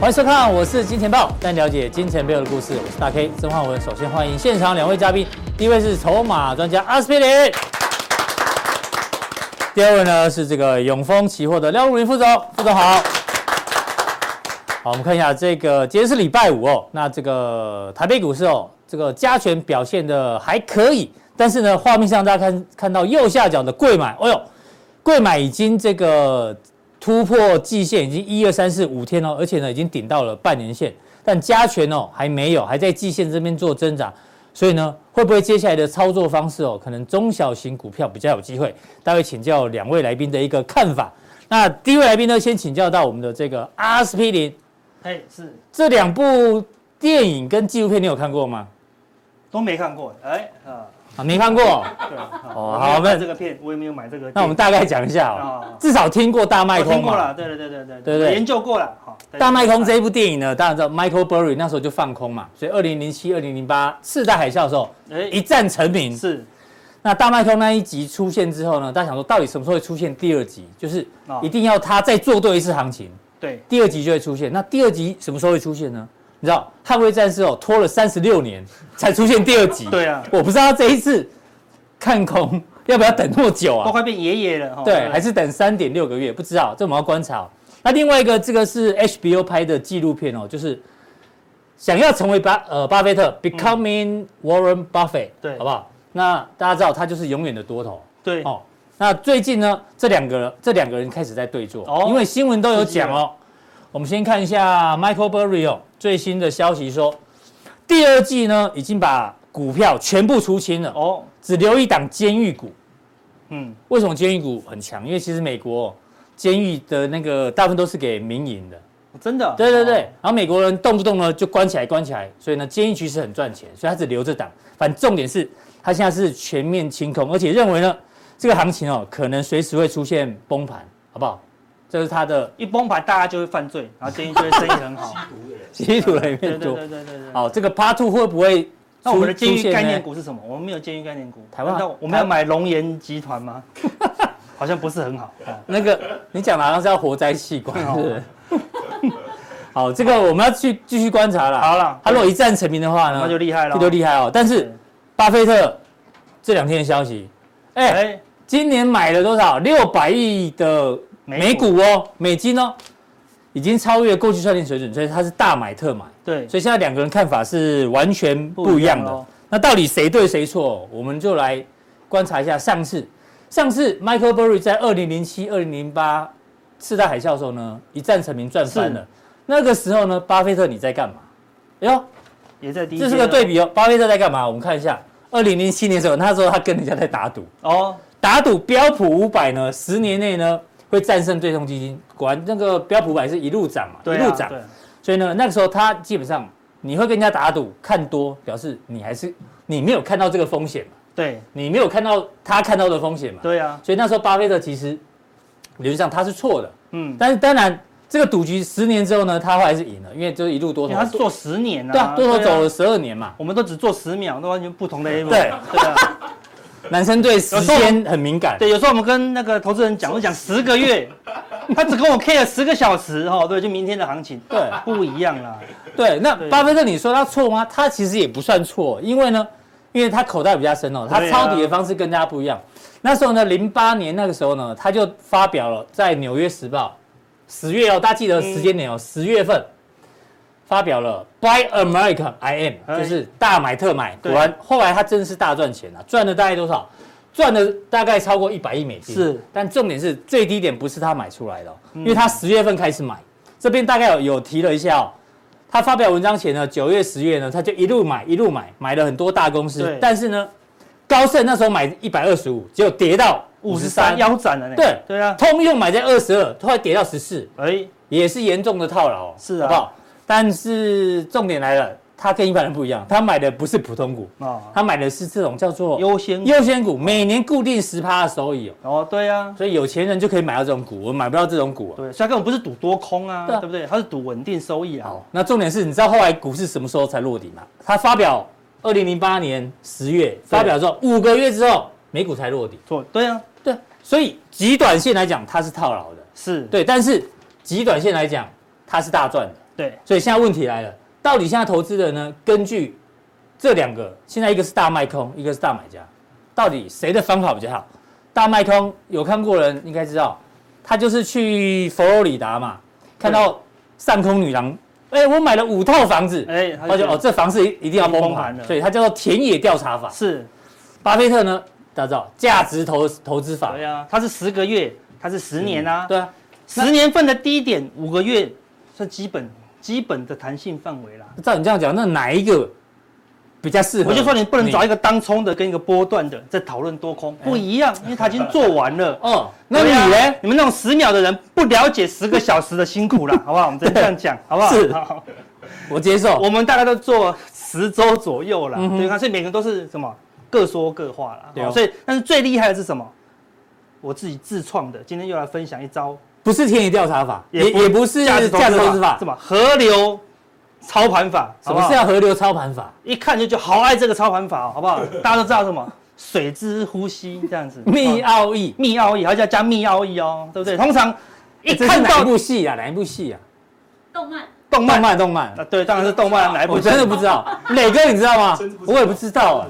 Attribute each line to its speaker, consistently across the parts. Speaker 1: 欢迎收看，我是金钱豹，带你了解金钱背后的故事。我是大 K 曾焕文。首先欢迎现场两位嘉宾，第一位是筹码专家阿斯匹林，第二位呢是这个永丰期货的廖如林副总，副总好。好，我们看一下这个，今天是礼拜五哦，那这个台北股市哦，这个加权表现的还可以，但是呢，画面上大家看看到右下角的贵买，哎呦，贵买已经这个突破季线，已经一二三四五天哦，而且呢已经顶到了半年线，但加权哦还没有，还在季线这边做挣扎，所以呢会不会接下来的操作方式哦，可能中小型股票比较有机会？待会请教两位来宾的一个看法。那第一位来宾呢，先请教到我们的这个阿司匹林
Speaker 2: 嘿，哎是
Speaker 1: 这两部电影跟纪录片，你有看过吗？
Speaker 2: 都没看过，哎、啊、
Speaker 1: 啊，没看过。
Speaker 2: 对，
Speaker 1: 哦
Speaker 2: 哦
Speaker 1: 好那
Speaker 2: 这个片我也没有买这个电影，
Speaker 1: 那我们大概讲一下哦
Speaker 2: 哦，
Speaker 1: 至少听过大麦
Speaker 2: 我听
Speaker 1: 空
Speaker 2: 过
Speaker 1: 嘛。
Speaker 2: 了，对对对对对
Speaker 1: 对对
Speaker 2: 研究过了，好，对
Speaker 1: 大麦空这一部电影呢，大家知道 Michael Burry 那时候就放空嘛，所以二零零七、二零零八四大海啸的时候
Speaker 2: 哎
Speaker 1: 一战成名。
Speaker 2: 是
Speaker 1: 那大麦空那一集出现之后呢，大家想说到底什么时候会出现第二集？就是
Speaker 2: 哦
Speaker 1: 一定要他再做对一次行情，
Speaker 2: 对，
Speaker 1: 第二集就会出现。那第二集什么时候会出现呢？你知道《捍卫战士》哦，拖了三十六年才出现第二集。
Speaker 2: 对啊
Speaker 1: 我不知道他这一次看空要不要等那么久啊
Speaker 2: 都？快变爷爷了哈，
Speaker 1: 对，还是等三点六个月，不知道，这我们要观察哦。那另外一个，这个是 HBO 拍的纪录片哦，就是想要成为巴呃巴菲特，becoming Warren Buffett，
Speaker 2: 嗯对
Speaker 1: 好不好？那大家知道他就是永远的多头
Speaker 2: 对
Speaker 1: 哦。那最近呢，这两个人这两个人开始在对坐，
Speaker 2: 哦
Speaker 1: 因为新闻都有讲哦。我们先看一下 Michael Burry 哦，最新的消息说，第二季呢已经把股票全部出清了，
Speaker 2: 哦，
Speaker 1: 只留一档监狱股。
Speaker 2: 嗯，
Speaker 1: 为什么监狱股很强？因为其实美国哦监狱的那个大部分都是给民营的，
Speaker 2: 真的，
Speaker 1: 对对对
Speaker 2: 哦，。
Speaker 1: 然后美国人动不动呢就关起来关起来，所以呢监狱其实很赚钱，所以他只留着档。反正重点是他现在是全面清空，而且认为呢这个行情哦可能随时会出现崩盘，好不好？这是他的
Speaker 2: 一崩盘大家就会犯罪，然后监狱就会生意 很好，
Speaker 1: 基础人面
Speaker 2: 对对对
Speaker 1: 多。
Speaker 2: 对对对。
Speaker 1: 好，这个 Part Two 会不会出？
Speaker 2: 那我们的监
Speaker 1: 出
Speaker 2: 狱
Speaker 1: 现呢
Speaker 2: 概念股是什么？我们没有监狱概念股，
Speaker 1: 台湾
Speaker 2: 那我们要买龙岩集 团吗？好像不是很好，哦
Speaker 1: 那个你讲的好像是要活摘器官，是不是？ 好，这个我们要去继续观察了。
Speaker 2: 好啦
Speaker 1: 他如果一战成名的话呢，
Speaker 2: 那就厉害了
Speaker 1: 这就厉害哦。但是巴菲特这两天的消息，哎、
Speaker 2: 哎，
Speaker 1: 今年买了多少？六百亿的美
Speaker 2: 美
Speaker 1: 股
Speaker 2: 股
Speaker 1: 哦，美金哦，已经超越过去算定水准，所以他是大买特买。
Speaker 2: 对，
Speaker 1: 所以现在两个人看法是完全不一样
Speaker 2: 不一样哦
Speaker 1: 的。
Speaker 2: 咯
Speaker 1: 那到底谁对谁错？我们就来观察一下上次。上次 Michael Burry 在二零零七、二零零八次贷海啸的时候呢，一战成名赚翻了
Speaker 2: 是。
Speaker 1: 那个时候呢，巴菲特你在干嘛？哎呦，
Speaker 2: 也在第一，
Speaker 1: 这是个对比哦。巴菲特在干嘛？我们看一下，二零零七年的时候，那时候他跟人家在打赌，
Speaker 2: 哦，
Speaker 1: 打赌标普五百呢，十年内呢会战胜对冲基金。果然，那个标普五百是一路涨嘛，
Speaker 2: 对
Speaker 1: 一
Speaker 2: 啊，
Speaker 1: 路涨。
Speaker 2: 对
Speaker 1: 所以呢，那个时候他基本上你会跟人家打赌，看多表示你还是你没有看到这个风险嘛，
Speaker 2: 对
Speaker 1: 你没有看到他看到的风险嘛。
Speaker 2: 对啊，
Speaker 1: 所以那时候巴菲特其实理论上他是错的，
Speaker 2: 嗯，
Speaker 1: 但是当然这个赌局十年之后呢，他后来是赢了，因为就是一路多
Speaker 2: 因为
Speaker 1: 头，
Speaker 2: 他是做十年啊，
Speaker 1: 对啊，多头走
Speaker 2: 啊
Speaker 1: 了，十二年嘛。
Speaker 2: 我们都只做十秒，都完全不 同的 level。
Speaker 1: 对
Speaker 2: 对啊，
Speaker 1: 男生对时间很敏感，
Speaker 2: 对，有时候我们跟那个投资人讲，我讲十 个月，他只跟我 care 十个小时哦，对，就明天的行情，
Speaker 1: 对
Speaker 2: 不一样啦。
Speaker 1: 对。那
Speaker 2: 对
Speaker 1: 巴菲特你说他错吗？他其实也不算错，因为呢，因为他口袋比较深哦，他
Speaker 2: 对啊
Speaker 1: 抄底的方式跟大家不一样。那时候呢，零八年那个时候呢，他就发表了在《纽约时报》十月哦，大家记得时间点哦，十、月份发表了《Buy America I Am》，
Speaker 2: 哎
Speaker 1: 就是大买特买。果
Speaker 2: 对
Speaker 1: 然，后来他真是大赚钱啊，赚了大概多少？赚了大概超过一百亿美金。
Speaker 2: 是，嗯
Speaker 1: 但重点是最低点不是他买出来的哦、因为他十月份开始买，这边大概有有提了一下哦。他发表文章前呢，九月、十月呢，他就一路买，一路买，买了很多大公司
Speaker 2: 对。
Speaker 1: 但是呢，高盛那时候买一百二十五，结果跌到五
Speaker 2: 五
Speaker 1: 十
Speaker 2: 十
Speaker 1: 三
Speaker 2: 三，腰斩了呢。
Speaker 1: 对
Speaker 2: 对啊，
Speaker 1: 通用买在二十二，后来跌到十四，
Speaker 2: 哎，
Speaker 1: 也是严重的套牢，哦
Speaker 2: 是
Speaker 1: 好
Speaker 2: 啊
Speaker 1: 不好？但是重点来了，他跟一般人不一样，他买的不是普通股，
Speaker 2: 啊，
Speaker 1: 他买的是这种叫做
Speaker 2: 优先
Speaker 1: 优先股，每年固定十趴的收益哦。
Speaker 2: 哦，对呀，
Speaker 1: 所以有钱人就可以买到这种股，我买不到这种股、啊。
Speaker 2: 对，所以他根本不是赌多空啊，
Speaker 1: 对啊
Speaker 2: 对不对？他是赌稳定收益啊
Speaker 1: 好。，那重点是，你知道后来股市什么时候才落底吗？他发表二零零八年十月发表之后，五个月之后，美股才落底。
Speaker 2: 错，对啊，
Speaker 1: 对，所以极短线来讲，它是套牢的，
Speaker 2: 是，
Speaker 1: 对。但是极短线来讲，它是大赚的。
Speaker 2: 对
Speaker 1: 所以现在问题来了，到底现在投资人呢，根据这两个，现在一个是大卖空，一个是大买家，到底谁的方法比较好？大卖空有看过人应该知道，他就是去佛罗里达嘛，看到上空女郎，哎、我买了五套房子，
Speaker 2: 哎，
Speaker 1: 他就哦，这房市一定要崩
Speaker 2: 崩盘
Speaker 1: 盘
Speaker 2: 了
Speaker 1: 所以它叫做田野调查法。
Speaker 2: 是，
Speaker 1: 巴菲特呢，大家知道价值投投资法
Speaker 2: 对，啊，他是十个月，他是十年啊，
Speaker 1: 对啊，
Speaker 2: 十年份的低点五个月算基本基本的弹性范围啦。
Speaker 1: 照你这样讲，那哪一个比较适合？
Speaker 2: 我就说你不能找一个当冲的跟一个波段的在讨论多空不一样，因为他已经做完了。
Speaker 1: 哎 哦，那你
Speaker 2: 对啊
Speaker 1: 呢？
Speaker 2: 你们那种十秒的人不了解十个小时的辛苦 啦，好不好？我们真这样讲，好不好？
Speaker 1: 是
Speaker 2: 好
Speaker 1: 我接受，
Speaker 2: 我们大概都做十周左右啦，
Speaker 1: 嗯哼
Speaker 2: 对啊，所以每个人都是什么各说各话啦。
Speaker 1: 对哦
Speaker 2: 好所以但是最厉害的是什么？我自己自创的，今天又来分享一招
Speaker 1: 不是田野调查法，也
Speaker 2: 也不
Speaker 1: 也不是价值投资法
Speaker 2: 什，么河流操盘法，
Speaker 1: 什
Speaker 2: 好不
Speaker 1: 么
Speaker 2: 好
Speaker 1: 是要河流操盘法？
Speaker 2: 一看就就好爱这个操盘法哦，好不好？大家都知道什么水之呼吸这样子，
Speaker 1: 密
Speaker 2: 啊
Speaker 1: 奥义，
Speaker 2: 密奥义，还要加加密奥义哦，对不对？通常一
Speaker 1: 哎这是
Speaker 2: 看
Speaker 1: 哪一
Speaker 2: 到
Speaker 1: 部戏啊？哪一部戏啊？
Speaker 3: 动漫
Speaker 2: 动
Speaker 1: 动
Speaker 2: 漫
Speaker 1: 漫，动漫
Speaker 2: 啊，，对，当然是动漫来
Speaker 1: 我
Speaker 2: 不及
Speaker 1: 真，的不知 道。磊哥，你知道吗
Speaker 4: 真不？知道
Speaker 1: 我也不知道啊，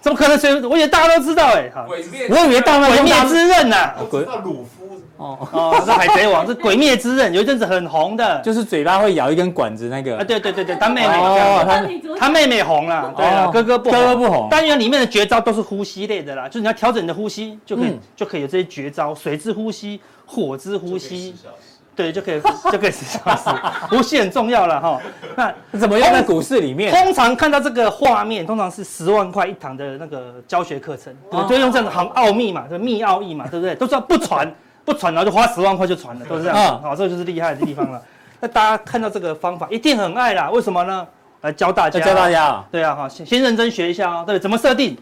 Speaker 2: 怎么可能谁？我以为大家都知道哎，好
Speaker 4: 毁灭，
Speaker 1: 我以为大麦
Speaker 2: 鬼
Speaker 1: 空
Speaker 2: 灭
Speaker 1: 大
Speaker 2: 之刃呐，
Speaker 4: 我知道鲁夫，
Speaker 1: 哦，
Speaker 2: 哦，是海贼王，是鬼灭之刃，有一阵子很红的，
Speaker 1: 就是嘴巴会咬一根管子那
Speaker 2: 啊，
Speaker 1: 个。
Speaker 2: 对对对对，他妹妹
Speaker 1: 哦
Speaker 2: 这样子
Speaker 1: 他
Speaker 3: 女 主角
Speaker 2: 他妹妹红了，对
Speaker 1: 哦
Speaker 2: 了，哥哥不红
Speaker 1: 哥哥不红
Speaker 2: 单元里面的绝招都是呼吸类的啦，就是你要调整你的呼吸，就可以、
Speaker 1: 嗯
Speaker 2: 就可以有这些绝招，水之呼吸、火之呼吸
Speaker 4: 就可以10，小时
Speaker 2: 对，就可以就可以实消失。呼吸很重要了哈。那
Speaker 1: 怎么用在股市里面？
Speaker 2: 通常看到这个画面，通常是十万块一堂的那个教学课程，对，
Speaker 1: 哦
Speaker 2: 就用这样的很奥秘嘛，就密奥义嘛，对不对？都是要不传不传，然后就花十万块就传了，都是这样
Speaker 1: 啊
Speaker 2: 子。好、这个就是厉害的地方了。那大家看到这个方法一定很爱啦，为什么呢？来教大家，
Speaker 1: 要教大家啊，
Speaker 2: 对啊，哈，先先认真学一下哦，对，怎么设定，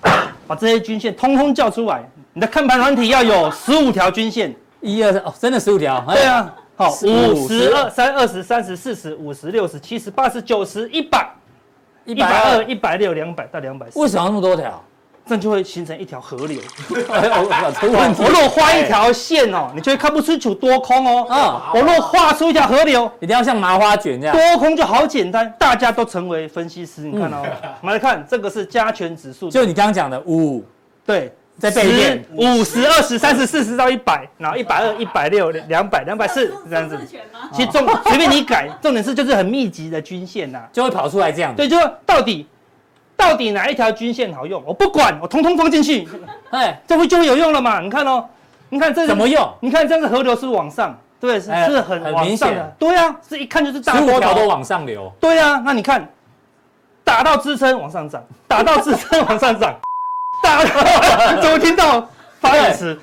Speaker 2: 把这些均线通通叫出来。你的看盘软体要有十五条均线，
Speaker 1: 一二三，哦，真的十五条。哎
Speaker 2: 对，啊，好，
Speaker 1: 15
Speaker 2: 五十二、三、二十三、十、四十、五十、六十、七十、八十、九十、一百、
Speaker 1: 哎一
Speaker 2: 一百
Speaker 1: 百
Speaker 2: 二、
Speaker 1: 二，
Speaker 2: 一百六、两百到两百四，
Speaker 1: 为什么要那么多 条？
Speaker 2: 这样就会形成一条河流。
Speaker 1: 哎我我出问题
Speaker 2: 我，如果画一条线哦，你就会看不出楚多空哦。
Speaker 1: 啊，
Speaker 2: 我如果画出一条河流，
Speaker 1: 一定要像麻花卷这样。
Speaker 2: 多空就好简单，大家都成为分析师。你看哦，我们来看这个是加权指数，
Speaker 1: 就你刚刚讲的五，
Speaker 2: 对，
Speaker 1: 再背一遍
Speaker 2: 五十、二十、三十、四十到一百，然后一百二、一百六、两百、两百四这样子。
Speaker 3: 权吗？
Speaker 2: 其实重随便你改，重点是就是很密集的均线呐、
Speaker 1: 就会跑出来这样。
Speaker 2: 对，就是到底到底哪一条均线好用，我不管，我通通放进去，
Speaker 1: 哎，
Speaker 2: 这不就会有用了嘛？你看哦，你看这
Speaker 1: 怎么？用？
Speaker 2: 你看这样子河流是往上，对，是
Speaker 1: 哎
Speaker 2: 是很
Speaker 1: 很
Speaker 2: 往
Speaker 1: 明
Speaker 2: 上
Speaker 1: 显
Speaker 2: 的，对啊，这一看就是大
Speaker 1: 十五
Speaker 2: 波
Speaker 1: 条
Speaker 2: 头
Speaker 1: 都往上流。
Speaker 2: 对啊，那你看，打到支撑往上涨，打到支撑往上涨， 打到 怎么听到发语 词？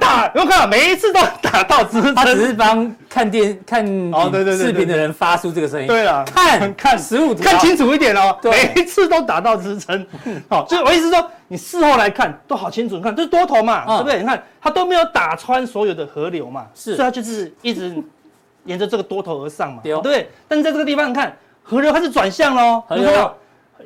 Speaker 2: 打有没有看到？每一次都打到支
Speaker 1: 他只
Speaker 2: 撑。
Speaker 1: 是帮看电看
Speaker 2: 哦对对对对
Speaker 1: 视频的人发出这个声音。
Speaker 2: 对啊了，
Speaker 1: 看
Speaker 2: 看
Speaker 1: 十五条，
Speaker 2: 看清楚一点哦，
Speaker 1: 对
Speaker 2: 每一次都打到支 撑。好，所以我意思说，你事后来看都好清楚，你看这是多头嘛，
Speaker 1: 嗯
Speaker 2: 对不对？你看它都没有打穿所有的河流嘛，
Speaker 1: 是
Speaker 2: 所以它就是一直沿着这个多头而上嘛，
Speaker 1: 对哦
Speaker 2: 对不对？但是在这个地方，你看河流开始转向喽，
Speaker 1: 河
Speaker 2: 你
Speaker 1: 流
Speaker 2: 看到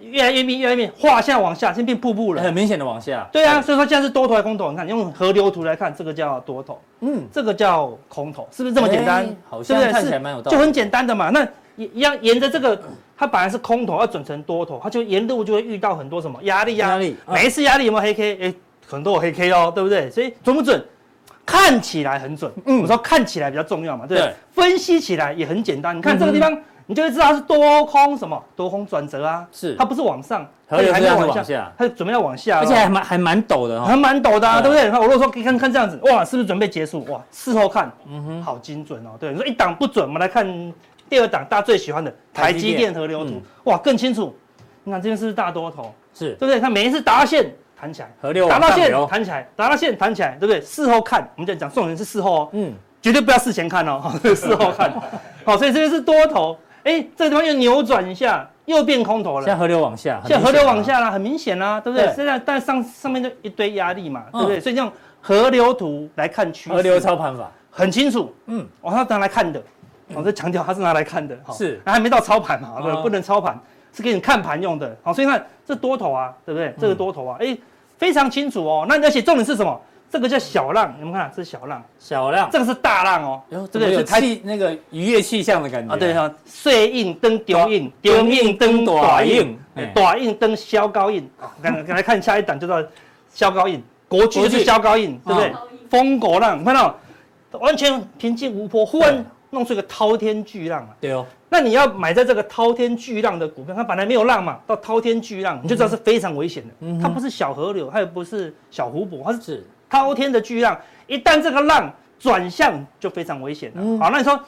Speaker 2: 越来越密，越来越密，画现在往下，先变瀑布了。
Speaker 1: 很明显的往下。
Speaker 2: 对啊，，所以说现在是多头还是空头？你看用河流图来看，这个叫多头，
Speaker 1: 嗯，
Speaker 2: 这个叫空头，是不是这么简单
Speaker 1: 哎？好
Speaker 2: 对
Speaker 1: 像
Speaker 2: 不对？
Speaker 1: 看起来
Speaker 2: 是
Speaker 1: 蛮有道理，
Speaker 2: 就很简单的嘛。那一一样沿着这个，它本来是空头，要转成多头，它就沿路就会遇到很多什么压力呀、
Speaker 1: 压
Speaker 2: 啊。
Speaker 1: 力。嗯
Speaker 2: 每一次压力有没有黑 K？哎、很多有黑 K 哦，对不对？所以准不准？看起来很准，嗯，我说看起来比较重要嘛，对不对？分析起来也很简单，你看这个地
Speaker 1: 嗯
Speaker 2: 方，你就会知道它是多空什么多空转折啊，
Speaker 1: 是
Speaker 2: 它不是往上，
Speaker 1: 河流
Speaker 2: 还
Speaker 1: 是
Speaker 2: 没有
Speaker 1: 要往下，
Speaker 2: 它准备要往下哦了，
Speaker 1: 而且还蛮还蛮陡的哈。
Speaker 2: 还蛮陡的、啊，
Speaker 1: 嗯
Speaker 2: 对不对？你看我如果说看看这样子，哇，是不是准备结束？哇，事后看，
Speaker 1: 嗯
Speaker 2: 好精准哦。对，你说一档不准，我们来看第二档，大家最喜欢的
Speaker 1: 台
Speaker 2: 台
Speaker 1: 积
Speaker 2: 积
Speaker 1: 电
Speaker 2: 电河流图，
Speaker 1: 嗯
Speaker 2: 哇，更清楚。你看这边是不是大多头，
Speaker 1: 是
Speaker 2: 对不对？看每一次打到线弹起来，
Speaker 1: 河流
Speaker 2: 打
Speaker 1: 往
Speaker 2: 到
Speaker 1: 上
Speaker 2: 线
Speaker 1: 流。
Speaker 2: 弹起来，打到线弹起来，对不对？事后看，我们讲讲重点是事后哦，
Speaker 1: 嗯，
Speaker 2: 绝对不要事前看哦，事后看。好，所以这个是多头，哎，这个地方又扭转一下，又变空头
Speaker 1: 现在
Speaker 2: 了。
Speaker 1: 河流往下，很
Speaker 2: 现在河
Speaker 1: 明显
Speaker 2: 流
Speaker 1: 啊
Speaker 2: 往，下了，很明显啦、对不对？
Speaker 1: 对
Speaker 2: 现在但上上面就一堆压力嘛，对不对？
Speaker 1: 嗯
Speaker 2: 所以这种河流图来看趋势，
Speaker 1: 河流操盘法，
Speaker 2: 很清楚，
Speaker 1: 嗯，
Speaker 2: 哦，他拿来看的，我在强调他是拿来看的，哈
Speaker 1: 是
Speaker 2: 那还没到操盘嘛，对
Speaker 1: 哦
Speaker 2: 不能操盘，是给你看盘用的，哦好，所以看这多头啊，
Speaker 1: 嗯
Speaker 2: 对不对？这个多头啊，哎，非常清楚哦。那而且重点是什么？这个叫小浪，你们看啊这是小浪，
Speaker 1: 小哎量，
Speaker 2: 这个是大浪哦，
Speaker 1: 哟，这
Speaker 2: 对不
Speaker 1: 个
Speaker 2: 对？
Speaker 1: 有
Speaker 2: 是台
Speaker 1: 气那个愉悦气象的感觉
Speaker 2: 啊，对哈，碎印登丢印，丢印登短印，哎短印登削高印。啊来来看下一档，就叫削高印，国
Speaker 1: 国
Speaker 2: 剧哦
Speaker 1: 剧
Speaker 2: 是削高印，对不对
Speaker 1: 嗯？
Speaker 2: 风国浪，你看到完全平静无波，忽
Speaker 1: 对
Speaker 2: 然弄出一个滔天巨浪啊！
Speaker 1: 对哦，
Speaker 2: 那你要买在这个滔天巨浪的股票，它本来没有浪嘛，到滔天巨浪，你就知道是非常危险的。它不是小河流，它也不是小湖泊，它是
Speaker 1: 是
Speaker 2: 滔天的巨浪，一旦这个浪转向就非常危险了。
Speaker 1: 嗯
Speaker 2: 好，那你说，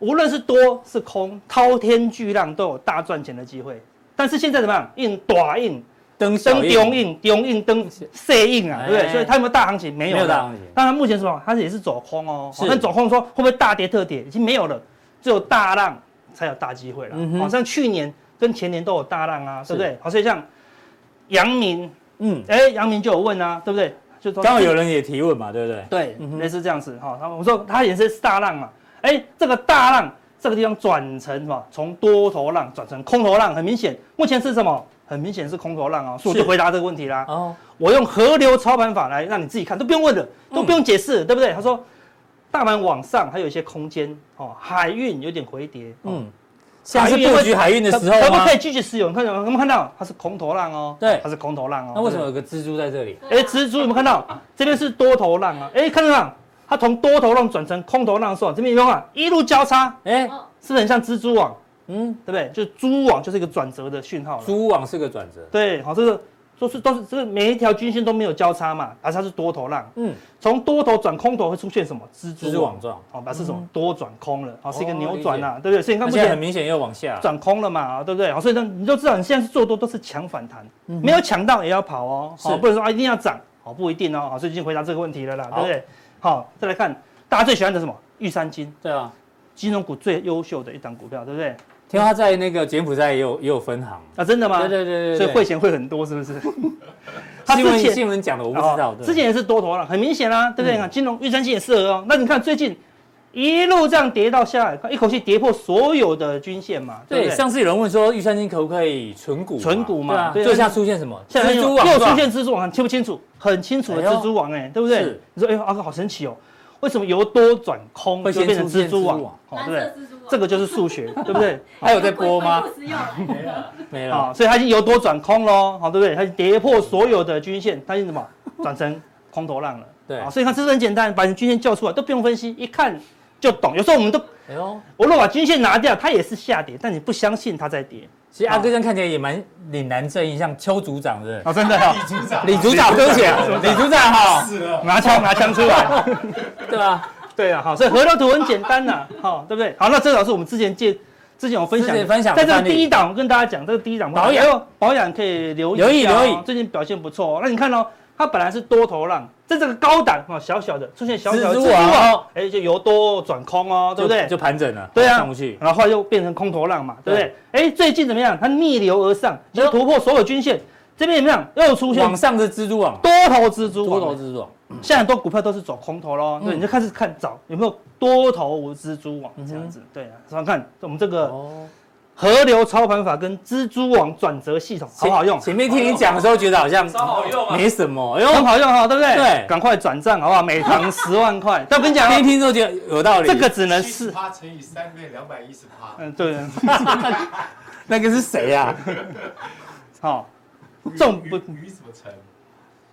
Speaker 2: 无论是多是空，滔天巨浪都有大赚钱的机会。但是现在怎么样？印短印、
Speaker 1: 灯
Speaker 2: 登
Speaker 1: 小
Speaker 2: 中印、中印登射印啊，对
Speaker 1: 哎
Speaker 2: 不对？所以它有没有大行情？没有
Speaker 1: 没有
Speaker 2: 的
Speaker 1: 大行情
Speaker 2: 当然目前是什么？它也是走空哦。
Speaker 1: 是
Speaker 2: 那走空说会不会大跌特跌？已经没有了，只有大浪才有大机会了
Speaker 1: 嗯哼。
Speaker 2: 好像去年跟前年都有大浪啊，对不对？好，所以像阳明，
Speaker 1: 嗯，
Speaker 2: 哎，阳明就有问啊，对不对？就说
Speaker 1: 刚好有人也提问嘛，对不对？
Speaker 2: 对
Speaker 1: 嗯，哼
Speaker 2: 类似这样子哈。然后我说它也是大浪嘛，哎，这个大浪这个地方转成什么？从多头浪转成空头浪，很明显，目前是什么？很明显是空头浪哦。所以我
Speaker 1: 是
Speaker 2: 就回答这个问题啦。
Speaker 1: 哦，
Speaker 2: 我用河流操盘法来让你自己看，都不用问了，
Speaker 1: 嗯
Speaker 2: 都不用解释，对不对？他说，大盘往上还有一些空间哦，海运有点回跌，嗯，
Speaker 1: 嗯，像是布局海运的时候
Speaker 2: 可不
Speaker 1: 吗
Speaker 2: 可？以继续持有？你看到有没有看到它是空头浪哦，
Speaker 1: 对
Speaker 2: 它是空头浪哦。
Speaker 1: 那为什么有个蜘蛛在这里？
Speaker 3: 啊
Speaker 2: 哎，蜘蛛有没有看到？这边是多头浪啊，哎，看到没有？它从多头浪转成空头浪的时候，这边有没有看到一路交叉？
Speaker 1: 哎，
Speaker 3: 哦
Speaker 2: 是不是很像蜘蛛网？
Speaker 1: 嗯，
Speaker 2: 对不对？就是蛛网就是一个转折的讯号了。
Speaker 1: 蛛网是个转折，
Speaker 2: 对，好，这个都是都是这个每一条均线都没有交叉嘛，而它是多头浪。
Speaker 1: 嗯，
Speaker 2: 从多头转空头会出现什么？蜘
Speaker 1: 蜘
Speaker 2: 蛛
Speaker 1: 蛛网
Speaker 2: 网，
Speaker 1: 状，
Speaker 2: 哦，表示什么？多转空了，哦，是一个
Speaker 1: 哦
Speaker 2: 扭转呐，对不对？所以你看
Speaker 1: 那
Speaker 2: 目
Speaker 1: 现在很
Speaker 2: 前
Speaker 1: 明显又往下，
Speaker 2: 转空了嘛，啊对不对？好所以呢，你就知道你现在是做多都是抢反弹，没有抢到也要跑哦，
Speaker 1: 嗯是
Speaker 2: 好，不能说啊一定要涨，好不一定哦，好，所以已经回答这个问题了啦，对不对？好，再来看大家最喜欢的是什么？玉山金，
Speaker 1: 对啊。
Speaker 2: 金融股最优秀的一档股票，对不对？
Speaker 1: 听说他在那个柬埔寨也有也有分行，
Speaker 2: 啊，真的吗？
Speaker 1: 对对对对对
Speaker 2: 所以汇钱会很多，是不是？ 它
Speaker 1: 新闻新闻讲的我不知道，
Speaker 2: 哦
Speaker 1: 对
Speaker 2: 之前也是多头了，很明显啦，对不对？啊
Speaker 1: 嗯
Speaker 2: 金融、玉山金也适合哦。那你看最近一路这样跌到下来，一口气跌破所有的均线嘛，对
Speaker 1: 对
Speaker 2: 不对？
Speaker 1: 上次有人问说玉山金可不可以存股嘛？
Speaker 2: 存股嘛
Speaker 1: 对啊
Speaker 2: 对啊
Speaker 1: 最下出现什么？
Speaker 2: 现在
Speaker 1: 蜘蛛网
Speaker 2: 又
Speaker 1: 状
Speaker 2: 出现蜘蛛网，很清不清楚？很清楚的蜘蛛网，哎，对不对
Speaker 1: 是？
Speaker 2: 你说，哎呦，阿哥好神奇哦，为什么由多转空
Speaker 1: 会
Speaker 2: 就
Speaker 1: 先
Speaker 2: 变成
Speaker 1: 出现
Speaker 2: 蜘蛛
Speaker 1: 蜘蛛
Speaker 2: 网
Speaker 1: 网？
Speaker 2: 哦，对
Speaker 3: 蓝
Speaker 2: 不对？
Speaker 3: 色蜘蛛网，
Speaker 2: 这个就是数 学，对不对？
Speaker 1: 还有在播吗
Speaker 3: 鬼？鬼故事又来了，
Speaker 1: 没
Speaker 2: 啊、
Speaker 1: 了，
Speaker 2: 所以它已经由多转空喽，好，对不对？它跌破所有的均线，它已经什么转成空头浪了。
Speaker 1: 对
Speaker 2: 啊，所以看这是很简单，把你均线叫出来都不用分析，一看就懂。有时候我们都，
Speaker 1: 哎呦，
Speaker 2: 我如果把均线拿掉，它也是下跌，但你不相信它在跌
Speaker 1: 其实阿哥这样看起来也蛮岭南正义，像邱组长的
Speaker 2: 啊，真的、 哦，
Speaker 4: 组长
Speaker 1: 李组长，对不起，李组长哈，
Speaker 4: 死了，
Speaker 2: 拿枪拿枪出来。
Speaker 1: 对吧？
Speaker 2: 对啊，好，所以河流图很简单呐、 好、对不对？好，那这老师我们之前借。之前有分享
Speaker 1: 之前分享的
Speaker 2: 在这个
Speaker 1: 范例
Speaker 2: 第一档，我跟大家讲，这个第一档
Speaker 1: 保养
Speaker 2: 哎呦保养可以留意一下哦
Speaker 1: 留意留意
Speaker 2: 最近表现不错哦。那你看哦，它本来是多头浪，在这个高档哦，小小的出现小小的
Speaker 1: 蜘蛛网
Speaker 2: 网哎，就由多转空哦，对不对
Speaker 1: 就？就盘整了，
Speaker 2: 对啊
Speaker 1: 上不去，
Speaker 2: 然后后来又变成空头浪嘛，对不对？哎，最近怎么样？它逆流而上，就突破所有均线，这边怎么样？又出现
Speaker 1: 往上的蜘蛛网，
Speaker 2: 多头蜘蛛
Speaker 1: 多
Speaker 2: 网，
Speaker 1: 头蜘蛛网，
Speaker 2: 现在很多股票都是走空头喽，对，
Speaker 1: 嗯
Speaker 2: 你就开始看找有没有多头蜘蛛网这样子，
Speaker 1: 嗯
Speaker 2: 对啊，想想看我们这个
Speaker 1: 哦，
Speaker 2: 河流操盘法跟蜘蛛网转折系统好不好用啊
Speaker 1: 前？前面听你讲的时候觉得好像
Speaker 4: 超好用啊
Speaker 1: 没什么，哎呦，
Speaker 2: 很好用哈，对不对？
Speaker 1: 对
Speaker 2: 赶快转账好不好？每堂十万块，但我跟你讲
Speaker 1: 边
Speaker 2: 哦，
Speaker 1: 听之后觉得有道理，
Speaker 2: 这个只能
Speaker 4: 四
Speaker 2: 是，
Speaker 4: 趴乘以三倍，两百一十趴。
Speaker 2: 嗯，对，
Speaker 1: 那个是谁啊呀？
Speaker 2: 好，这种不
Speaker 4: 鱼鱼怎么乘？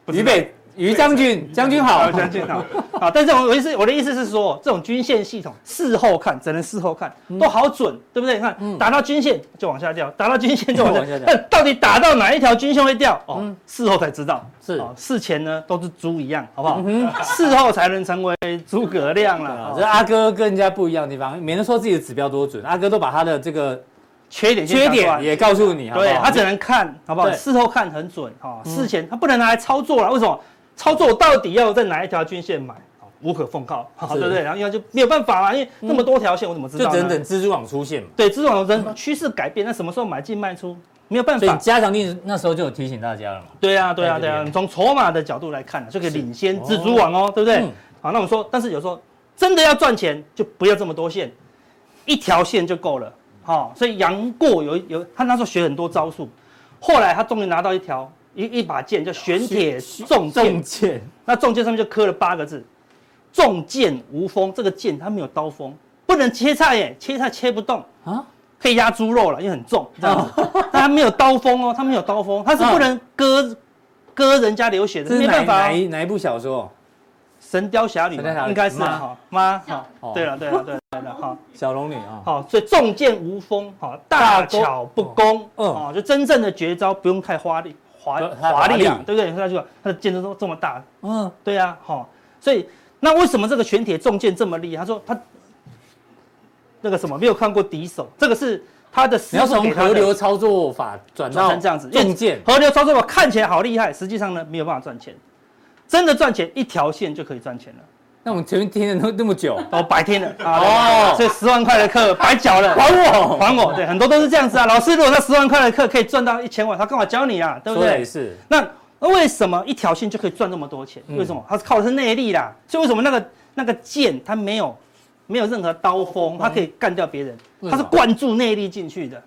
Speaker 2: 不知
Speaker 1: 于
Speaker 2: 道
Speaker 1: 北于将 军，将军好
Speaker 2: 好，，相信 好，好，啊但是我的意思，我的意思是说，这种均线系统事后看，只能事后看，都好准，对不对？你
Speaker 1: 嗯
Speaker 2: 看，打到均线就往下掉，打到均线就往
Speaker 1: 往下
Speaker 2: 下
Speaker 1: 掉
Speaker 2: 掉， 但到底打到哪一条均线会掉？哦
Speaker 1: 嗯，
Speaker 2: 事后才知道。
Speaker 1: 是
Speaker 2: 哦，事前呢都是猪一样，好不好
Speaker 1: 嗯？哼。
Speaker 2: 事后才能成为诸葛亮
Speaker 1: 啊
Speaker 2: 啦，
Speaker 1: 这是
Speaker 2: 哦
Speaker 1: 阿哥跟人家不一样的地方，免得说自己的指标多准，阿哥都把他的这个
Speaker 2: 缺点先
Speaker 1: 缺
Speaker 2: 讲出来
Speaker 1: 点也告诉你，好不
Speaker 2: 对
Speaker 1: 好？
Speaker 2: 他只能看，好不好？
Speaker 1: 对
Speaker 2: 事后看很准哈，
Speaker 1: 嗯
Speaker 2: 事前他不能拿来操作了。为什么？操作到底要在哪一条均线买？哦无可奉告，好
Speaker 1: 是
Speaker 2: 对不对？然后因为就没有办法嘛，因为那么多条线，我怎么知
Speaker 1: 就
Speaker 2: 道
Speaker 1: 只
Speaker 2: 呢？
Speaker 1: 能等蜘蛛网出现嘛。
Speaker 2: 对，这种人趋势改变，那什么时候买进卖出，没有办
Speaker 1: 所以
Speaker 2: 法。
Speaker 1: 加强力那时候就有提醒大家了嘛。
Speaker 2: 对啊，对啊，
Speaker 1: 在这
Speaker 2: 对啊，
Speaker 1: 边
Speaker 2: 你从筹码的角度来看，啊就可以领先
Speaker 1: 哦
Speaker 2: 蜘蛛网哦，对不对
Speaker 1: 嗯？
Speaker 2: 好，那我们说，但是有时候真的要赚钱，就不要这么多线，一条线就够了。好、所以杨过有有他那时候学很多招数，后来他终于拿到一条一一把剑叫玄铁重剑
Speaker 1: 中，箭，
Speaker 2: 那重剑上面就刻了八个字：重剑无锋。这个剑它没有刀锋，不能切菜耶，切菜切不动
Speaker 1: 啊
Speaker 2: 啊。可以压猪肉了，因为很重，这样子。
Speaker 1: 哦
Speaker 2: 但它没有刀锋哦，它没有刀锋，它是不能割割人家流血的，
Speaker 1: 这是
Speaker 2: 没
Speaker 1: 哪
Speaker 2: 办法
Speaker 1: 哪
Speaker 2: 哦。
Speaker 1: 一哪一部小说？
Speaker 2: 神雕侠侣
Speaker 1: 神雕侠
Speaker 2: 嘛
Speaker 1: 侣
Speaker 2: 应该是
Speaker 1: 妈
Speaker 2: 啊哈妈哈
Speaker 1: 哦，
Speaker 2: 对了对了对了对了哈。
Speaker 1: 小龙女啊，
Speaker 2: 好，所以重剑无锋，好大巧不工，
Speaker 1: 嗯
Speaker 2: 哦，就真正的绝招不用太花力华
Speaker 1: 不太华
Speaker 2: 华
Speaker 1: 丽
Speaker 2: 丽，对不对？他就他的剑都这么大，
Speaker 1: 嗯，
Speaker 2: 对啊，好、所以那为什么这个玄铁重剑这么厉害？他说他那个什么没有看过敌手，这个是他的
Speaker 1: 你
Speaker 2: 师
Speaker 1: 要
Speaker 2: 傅
Speaker 1: 从
Speaker 2: 给他
Speaker 1: 河
Speaker 2: 的
Speaker 1: 流操作法转
Speaker 2: 转
Speaker 1: 到
Speaker 2: 成这样子，因为
Speaker 1: 重剑，
Speaker 2: 河流操作法看起来好厉害，实际上呢没有办法赚钱，真的赚钱一条线就可以赚钱了。
Speaker 1: 那我们前面听了那那么久，
Speaker 2: 哦，白天了
Speaker 1: 哦
Speaker 2: 啊，哦，所以十万块的课白缴了，还我， 还我，对，很多都是这样子啊。老师，如果那十万块的课可以赚到一千万，他干嘛教你啊？对不
Speaker 1: 说的
Speaker 2: 对
Speaker 1: 也？是，
Speaker 2: 那那为什么一条线就可以赚那么多钱？
Speaker 1: 嗯
Speaker 2: 为什么？它是靠的是内力啦。所以为什么那个那个剑它没有没有任何刀
Speaker 1: 嗯
Speaker 2: 锋，它可以干掉别人？
Speaker 1: 为什么
Speaker 2: 它是灌注内力进去的。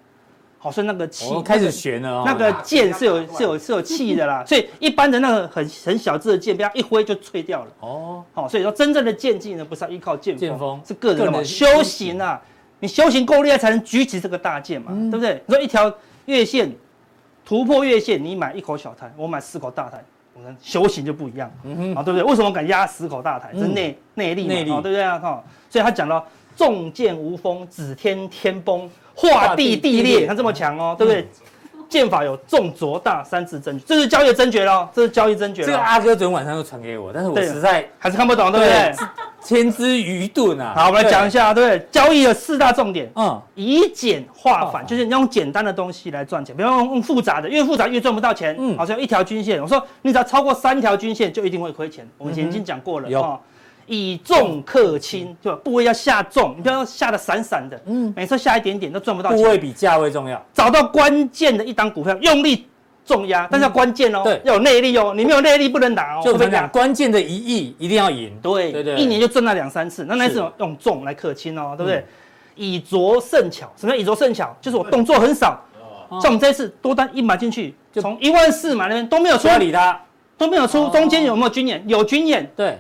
Speaker 2: 好，所以那个气、
Speaker 1: 我开始学嗯了哦，
Speaker 2: 那个剑是有是有是有气的啦。所以一般的那个很很小只的剑，被它一挥就吹掉了。
Speaker 1: 哦，
Speaker 2: 好、所以说真正的剑技呢，不是要依靠剑
Speaker 1: 剑锋
Speaker 2: 锋，是个人的
Speaker 1: 个人
Speaker 2: 嘛
Speaker 1: 的
Speaker 2: 修行嗯啊。你修行够厉害，才能举起这个大剑嘛，对不对？你说一条月线突破月线，你买一口小台，我买四口大台，我们修行就不一样，
Speaker 1: 嗯哼
Speaker 2: 啊，对不对？为什么敢压十口大台？这
Speaker 1: 嗯
Speaker 2: 内内力嘛，
Speaker 1: 内力
Speaker 2: 哦对不对啊？哈、所以他讲到重剑无锋，指天天崩，画地地裂，他这么强哦，对不对？剑法有重着大三字真诀，这是交易真诀喽，这是交易真诀
Speaker 1: 这个
Speaker 2: 咯，
Speaker 1: 阿哥昨天晚上又传给我，但是我
Speaker 2: 啊对
Speaker 1: 实在
Speaker 2: 还是看不懂，对不
Speaker 1: 对
Speaker 2: 对？
Speaker 1: 千之愚钝啊。
Speaker 2: 好，我们来讲一
Speaker 1: 下，
Speaker 2: 下，对交易的四大重点，
Speaker 1: 嗯，
Speaker 2: 以简
Speaker 1: 化
Speaker 2: 化
Speaker 1: 繁
Speaker 2: 繁，就是你用简单的东西来赚钱，不要用用复杂的，越复杂越赚不到钱。
Speaker 1: 嗯
Speaker 2: 嗯，好像一条均线，我说你只要超过三条均线就一定会亏钱，我们以前已经讲过了
Speaker 1: 嗯有
Speaker 2: 哦。以重克轻，就部位要下重，你不要下的散散的，
Speaker 1: 嗯
Speaker 2: 嗯，每次下一点点都赚不到
Speaker 1: 部位
Speaker 2: 钱。
Speaker 1: 比价位重要。
Speaker 2: 找到关键的一档股票，用力重压，但是要关键哦，
Speaker 1: 嗯对
Speaker 2: 要有内力哦，你没有内力不能打哦，
Speaker 1: 就我
Speaker 2: 会
Speaker 1: 们
Speaker 2: 被打
Speaker 1: 讲关键的一役一定要赢。
Speaker 2: 对
Speaker 1: 对对
Speaker 2: 一年就挣那两三次，那那一
Speaker 1: 是
Speaker 2: 次用重来克轻哦，对不对？
Speaker 1: 嗯
Speaker 2: 以拙胜巧，什么叫以拙胜巧？就是我动作很少，
Speaker 4: 哦，
Speaker 1: 哦
Speaker 2: 像我们这一次多单一买进去，
Speaker 1: 就
Speaker 2: 从一万四买那边都没有
Speaker 1: 不
Speaker 2: 出，
Speaker 1: 要理他。
Speaker 2: 都没有出
Speaker 1: 哦，
Speaker 2: 中间有没有军演？有军演。
Speaker 1: 对，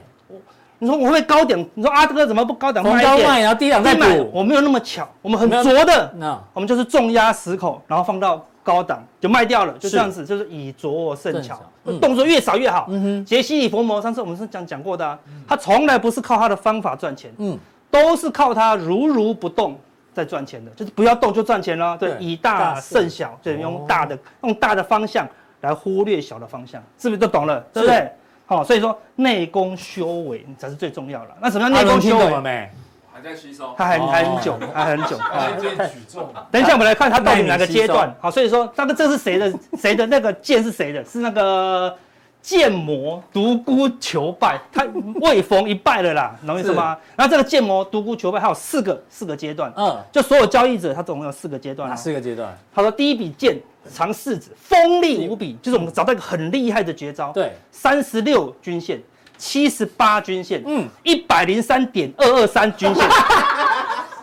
Speaker 2: 你说我会不会高点？你说阿哥怎么不高点
Speaker 1: 逢
Speaker 2: 卖一
Speaker 1: 高卖，
Speaker 2: 点？
Speaker 1: 然后低档再
Speaker 2: 再买，
Speaker 1: 补。嗯
Speaker 2: 我没有那么巧，我们很
Speaker 1: 没有
Speaker 2: 拙的，
Speaker 1: 那
Speaker 2: 我们就是重压十口，然后放到高档就卖掉了，就是这样子，就是以拙胜
Speaker 1: 胜
Speaker 2: 巧
Speaker 1: 巧，嗯
Speaker 2: 动作越少越好。
Speaker 1: 嗯哼
Speaker 2: 杰西·里佛摩上次我们是讲讲过的啊，他从来不是靠他的方法赚钱，
Speaker 1: 嗯，
Speaker 2: 都是靠他如如不动在赚钱的，就是不要动就赚钱了。对
Speaker 1: 对，
Speaker 2: 以
Speaker 1: 大
Speaker 2: 大
Speaker 1: 胜
Speaker 2: 胜小，就是
Speaker 1: 哦
Speaker 2: 用大的用大的方向来忽略小的方向，是不是都懂了？对不对？好，所以说内功修为才是最重要了。那什么叫
Speaker 1: 阿
Speaker 2: 内
Speaker 1: 伦
Speaker 2: 功
Speaker 1: 听
Speaker 2: 修
Speaker 1: 懂了
Speaker 2: 为？
Speaker 1: 没？
Speaker 4: 还在吸收，
Speaker 2: 他还还
Speaker 1: 哦
Speaker 2: 很久，还很久。啊
Speaker 4: 关键举重，
Speaker 2: 等一下，我们来看它到底哪个阶
Speaker 1: 耐
Speaker 2: 段。好，所以说那个这是谁的 谁的那个剑是谁的？是那个剑魔独孤求败，他未逢一败了 啦，懂我意思吗？然后这个剑魔独孤求败还有四个四个阶段，
Speaker 1: 嗯，
Speaker 2: 就所有交易者他总共有四个阶段
Speaker 1: 哪
Speaker 2: 啊。
Speaker 1: 四个阶段？
Speaker 2: 他说第一笔剑长四指，锋利无比，就是我们找到一个很厉害的绝招。
Speaker 1: 对，
Speaker 2: 三十六均线，七十八均线，
Speaker 1: 嗯
Speaker 2: 嗯，一百零三点二二三均线。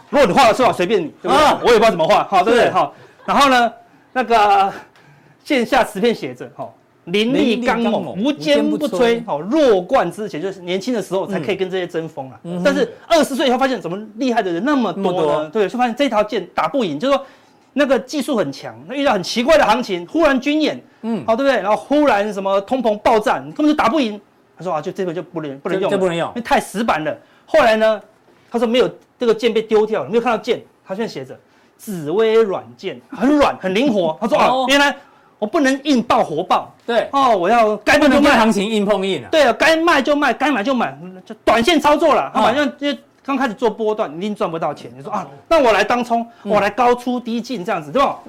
Speaker 2: 如果你画的出来，随便你，对不对？
Speaker 1: 啊
Speaker 2: 我也不知道怎么画，好，对不
Speaker 1: 是
Speaker 2: 对？好，然后呢，那个线下十片写着，哈、
Speaker 1: 凌
Speaker 2: 凌厉
Speaker 1: 厉
Speaker 2: 刚
Speaker 1: 刚
Speaker 2: 猛
Speaker 1: 猛，
Speaker 2: 无
Speaker 1: 无坚
Speaker 2: 坚
Speaker 1: 不
Speaker 2: 不
Speaker 1: 摧
Speaker 2: 摧，哦，弱冠之前就是年轻的时候才可以跟这些争锋啊。但是二十岁以后发现，怎么厉害的人那么
Speaker 1: 那么
Speaker 2: 多
Speaker 1: 多
Speaker 2: 呢？对，就发现这条剑打不赢，就是说那个技术很强，那遇到很奇怪的行情，忽然军演，
Speaker 1: 嗯，
Speaker 2: 哦好，对不对？然后忽然什么通膨爆炸，你根本就打不赢。他说啊，就这个就不能不能用
Speaker 1: 这
Speaker 2: 了，
Speaker 1: 不能用
Speaker 2: 因为太死板了。后来呢，他说没有这个剑被丢掉了，没有看到剑，他现在写着紫薇软剑，很软很灵活。他说
Speaker 1: 哦
Speaker 2: 啊，原来我不能硬爆活爆
Speaker 1: 对，
Speaker 2: 哦，我要该
Speaker 1: 不
Speaker 2: 卖就
Speaker 1: 能跟
Speaker 2: 卖，
Speaker 1: 行情硬碰硬啊。
Speaker 2: 对啊，该卖就卖，该买就买，就短线操作了。他反正因为刚开始做波段，一定赚不到钱。你说啊，那我来当冲，我来高出低进这样子，对 吧？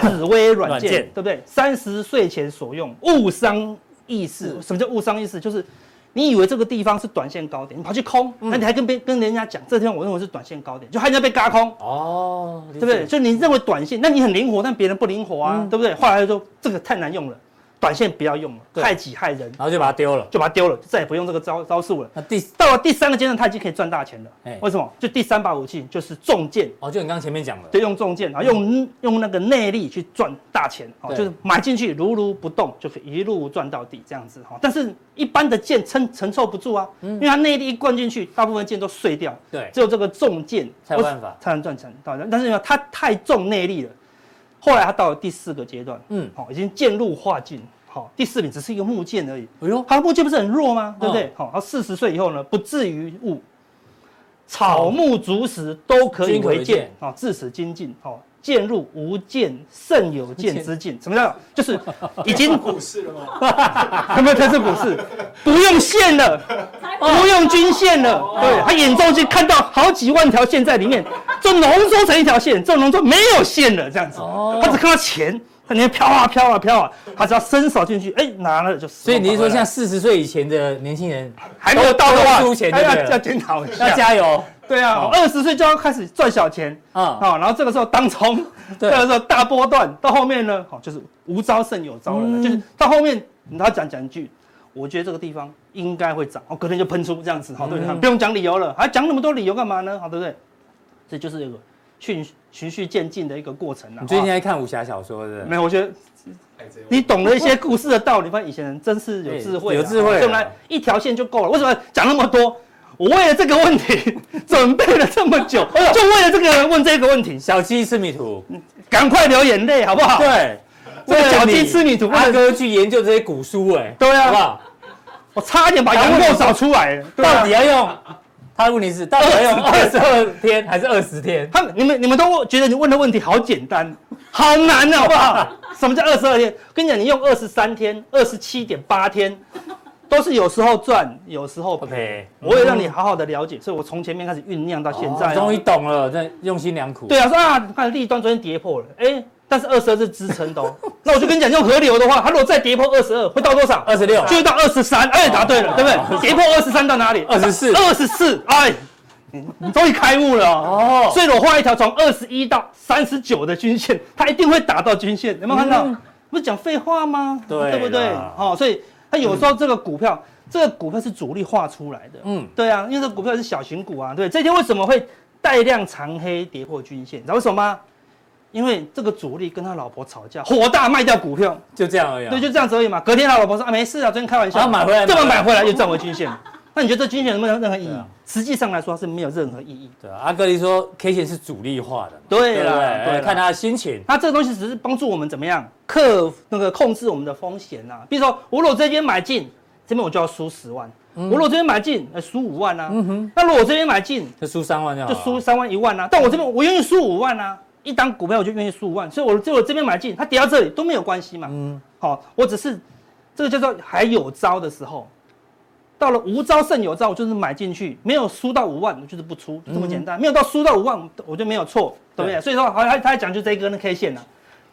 Speaker 2: 紫薇嗯软
Speaker 1: 软
Speaker 2: 件，
Speaker 1: 件
Speaker 2: 对不对？三十岁前所用，误伤意识
Speaker 1: 是。
Speaker 2: 嗯什么叫误伤意识？就是你以为这个地方是短线高点，你跑去空，那你还跟别跟人家讲，这地方我认为是短线高点，就害人家被嘎空，
Speaker 1: 哦，对
Speaker 2: 对不对？？就你认为短线，那你很灵活，但别人不灵活啊，对不对？后来就说这个太难用了，短线不要用了，
Speaker 1: 对
Speaker 2: 害己害人，
Speaker 1: 然后就把它丢了。
Speaker 2: 就把它丢了，就再也不用这个招招数了。
Speaker 1: 那第
Speaker 2: 到了第三个阶段，他已经可以赚大钱了
Speaker 1: 哎。
Speaker 2: 为什么？就第三把武器就是重剑，
Speaker 1: 哦，就你刚刚前面讲的，
Speaker 2: 就用重剑啊，用用那个内力去赚大钱
Speaker 1: 嗯
Speaker 2: 哦，
Speaker 1: 对
Speaker 2: 就是买进去如如不动，就可以一路赚到底这样子哦哈。但是一般的剑承承受不住啊，因为它内力一灌进去，大部分剑都碎掉，
Speaker 1: 嗯对，
Speaker 2: 只有这个重剑
Speaker 1: 才有办法
Speaker 2: 才能赚钱。当然，但是呢，它太重内力了。后来它到了第四个阶段，哦
Speaker 1: 嗯，
Speaker 2: 好，已经渐入化境。好，第四名只是一个木剑而已，
Speaker 1: 哎呦，
Speaker 2: 他的木剑不是很弱吗？对不对
Speaker 1: 嗯？
Speaker 2: 好、他四十岁以后呢，不至于物，草木竹石都可以
Speaker 1: 均可为
Speaker 2: 为
Speaker 1: 剑
Speaker 2: 剑啊，自此精进哦，渐入无剑胜有剑之境。什么叫？ 就是已经
Speaker 4: 股市了吗？
Speaker 2: 有没有特殊股市？不用线了，
Speaker 1: 哦
Speaker 2: 不用均线了，对他眼中就看到好几万条线在里面，就浓缩成一条线，这浓缩没有线了，这样
Speaker 1: 哦
Speaker 2: 子，他只看到钱，他里面飘啊飘啊飘啊，他只要伸手进去，哎，拿了就。
Speaker 1: 所以你是说，
Speaker 2: 像。
Speaker 1: 像四十岁以前的年轻 人
Speaker 2: 还没有到的话，
Speaker 1: 都输钱
Speaker 2: 哎
Speaker 1: 就对
Speaker 2: 要
Speaker 1: 了
Speaker 2: 要检讨一下。
Speaker 1: 要加油
Speaker 2: 对啊，二十岁就要开始赚小钱
Speaker 1: 啊！
Speaker 2: 啊，然后这个时候当冲，
Speaker 1: 对
Speaker 2: 这个时候大波段，到后面呢，好就是无招胜有招了，
Speaker 1: 嗯
Speaker 2: 就是到后面你要讲讲一句。我觉得这个地方应该会涨，哦，隔天就喷出这样子，好，对不对？
Speaker 1: 嗯
Speaker 2: 不用讲理由了，还讲那么多理由干嘛呢？好，对不对？这就是一个循循序渐进的一个过程啊。
Speaker 1: 你最近
Speaker 2: 好
Speaker 1: 在看武侠小说是不
Speaker 2: 没
Speaker 1: 是？
Speaker 2: 有？我觉得
Speaker 4: 海贼王
Speaker 2: 你懂了一些故事的道理，发现以前人真是有智慧
Speaker 1: 对
Speaker 2: 啊，
Speaker 1: 有智慧啊
Speaker 2: 对不对？一条线就够了，为什么讲那么多？我为了这个问题准备了这么 久，
Speaker 1: 哎
Speaker 2: 就为了这个人问这个问题，
Speaker 1: 小鸡吃米图，
Speaker 2: 赶快流眼泪好不好？，
Speaker 1: 对，
Speaker 2: 这个小鸡吃米图，
Speaker 1: 阿哥去研究这些古书，哎，
Speaker 2: 对啊
Speaker 1: 好不好？
Speaker 2: 我差一点把羊肉找出来了。
Speaker 1: 到底
Speaker 2: 啊
Speaker 1: 要用？他的问题是到底要 用二十二天还是二十天？
Speaker 2: 他们你们你们都觉得你问的问题好简单，好难啊，好不好？什么叫二十二天？跟你讲，你用二十三天、二十七点八天，都是有时候赚，有时候赔。
Speaker 1: OK，
Speaker 2: 我也让你好好的了解，所以我从前面开始酝酿到现在、啊
Speaker 1: 哦终于懂了，真的用心良苦。
Speaker 2: 对啊，说啊，你看立端昨天跌破了，哎、但是二十二是支撑的、哦， 那我就跟你讲，用河流的话，它如果再跌破二十二，会到多少？
Speaker 1: 二十六，
Speaker 2: 就会到二十三，哎，答对了，对不对？跌破二十三到哪里？
Speaker 1: 二十四，
Speaker 2: 二十四，哎，你你终于开悟了哦。
Speaker 1: 哦，
Speaker 2: 所以我画一条从二十一到三十九的均线，它一定会打到均线，有没有看到？
Speaker 1: 嗯
Speaker 2: 不是讲废话吗？
Speaker 1: 对
Speaker 2: 不对
Speaker 1: 啦？
Speaker 2: 哦，所以它有时候这个股票，这个股票是主力画出来的，
Speaker 1: 嗯，
Speaker 2: 对啊，因为这股票是小型股啊，对，这天为什么会带量长黑跌破均线？你知道为什么吗？因为这个主力跟他老婆吵架，火大卖掉股票，
Speaker 1: 就这样而已啊。
Speaker 2: 对，就这样子而已嘛。隔天他老婆说啊，没事啊，昨天开玩笑，
Speaker 1: 然后买回来
Speaker 2: 这么
Speaker 1: 买
Speaker 2: 买回来又站回均线，那你觉得这均线有没有任何意
Speaker 1: 对
Speaker 2: 义
Speaker 1: 啊？
Speaker 2: 实际上来说它是没有任何意义。
Speaker 1: 对啊，阿格力说 K 线是主力化的嘛，
Speaker 2: 对啦
Speaker 1: 不
Speaker 2: 对
Speaker 1: 哎
Speaker 2: 啦
Speaker 1: 看他的心情。
Speaker 2: 那这个东西只是帮助我们怎么样克服那个控制我们的风险呐、比如说，我如果这边买进，这边我就要输十万；
Speaker 1: 嗯
Speaker 2: 我如果这边买进，呃，输五万啊。那如果我这边买进，
Speaker 1: 就输三万就好
Speaker 2: 就
Speaker 1: 了，
Speaker 2: 输三万一万啊。但我这边我愿意输五万啊，一档股票我就愿意输五万，所以我就我这边买进，它跌到这里都没有关系嘛。
Speaker 1: 嗯
Speaker 2: 嗯，好、我只是这个叫做还有招的时候，到了无招胜有招，我就是买进去，没有输到五万，我就是不出，就这么简单。没有到输到五万，我就没有错，对不对？
Speaker 1: 嗯对
Speaker 2: 所以说，好，他他讲究这一根的 K 线呐、啊。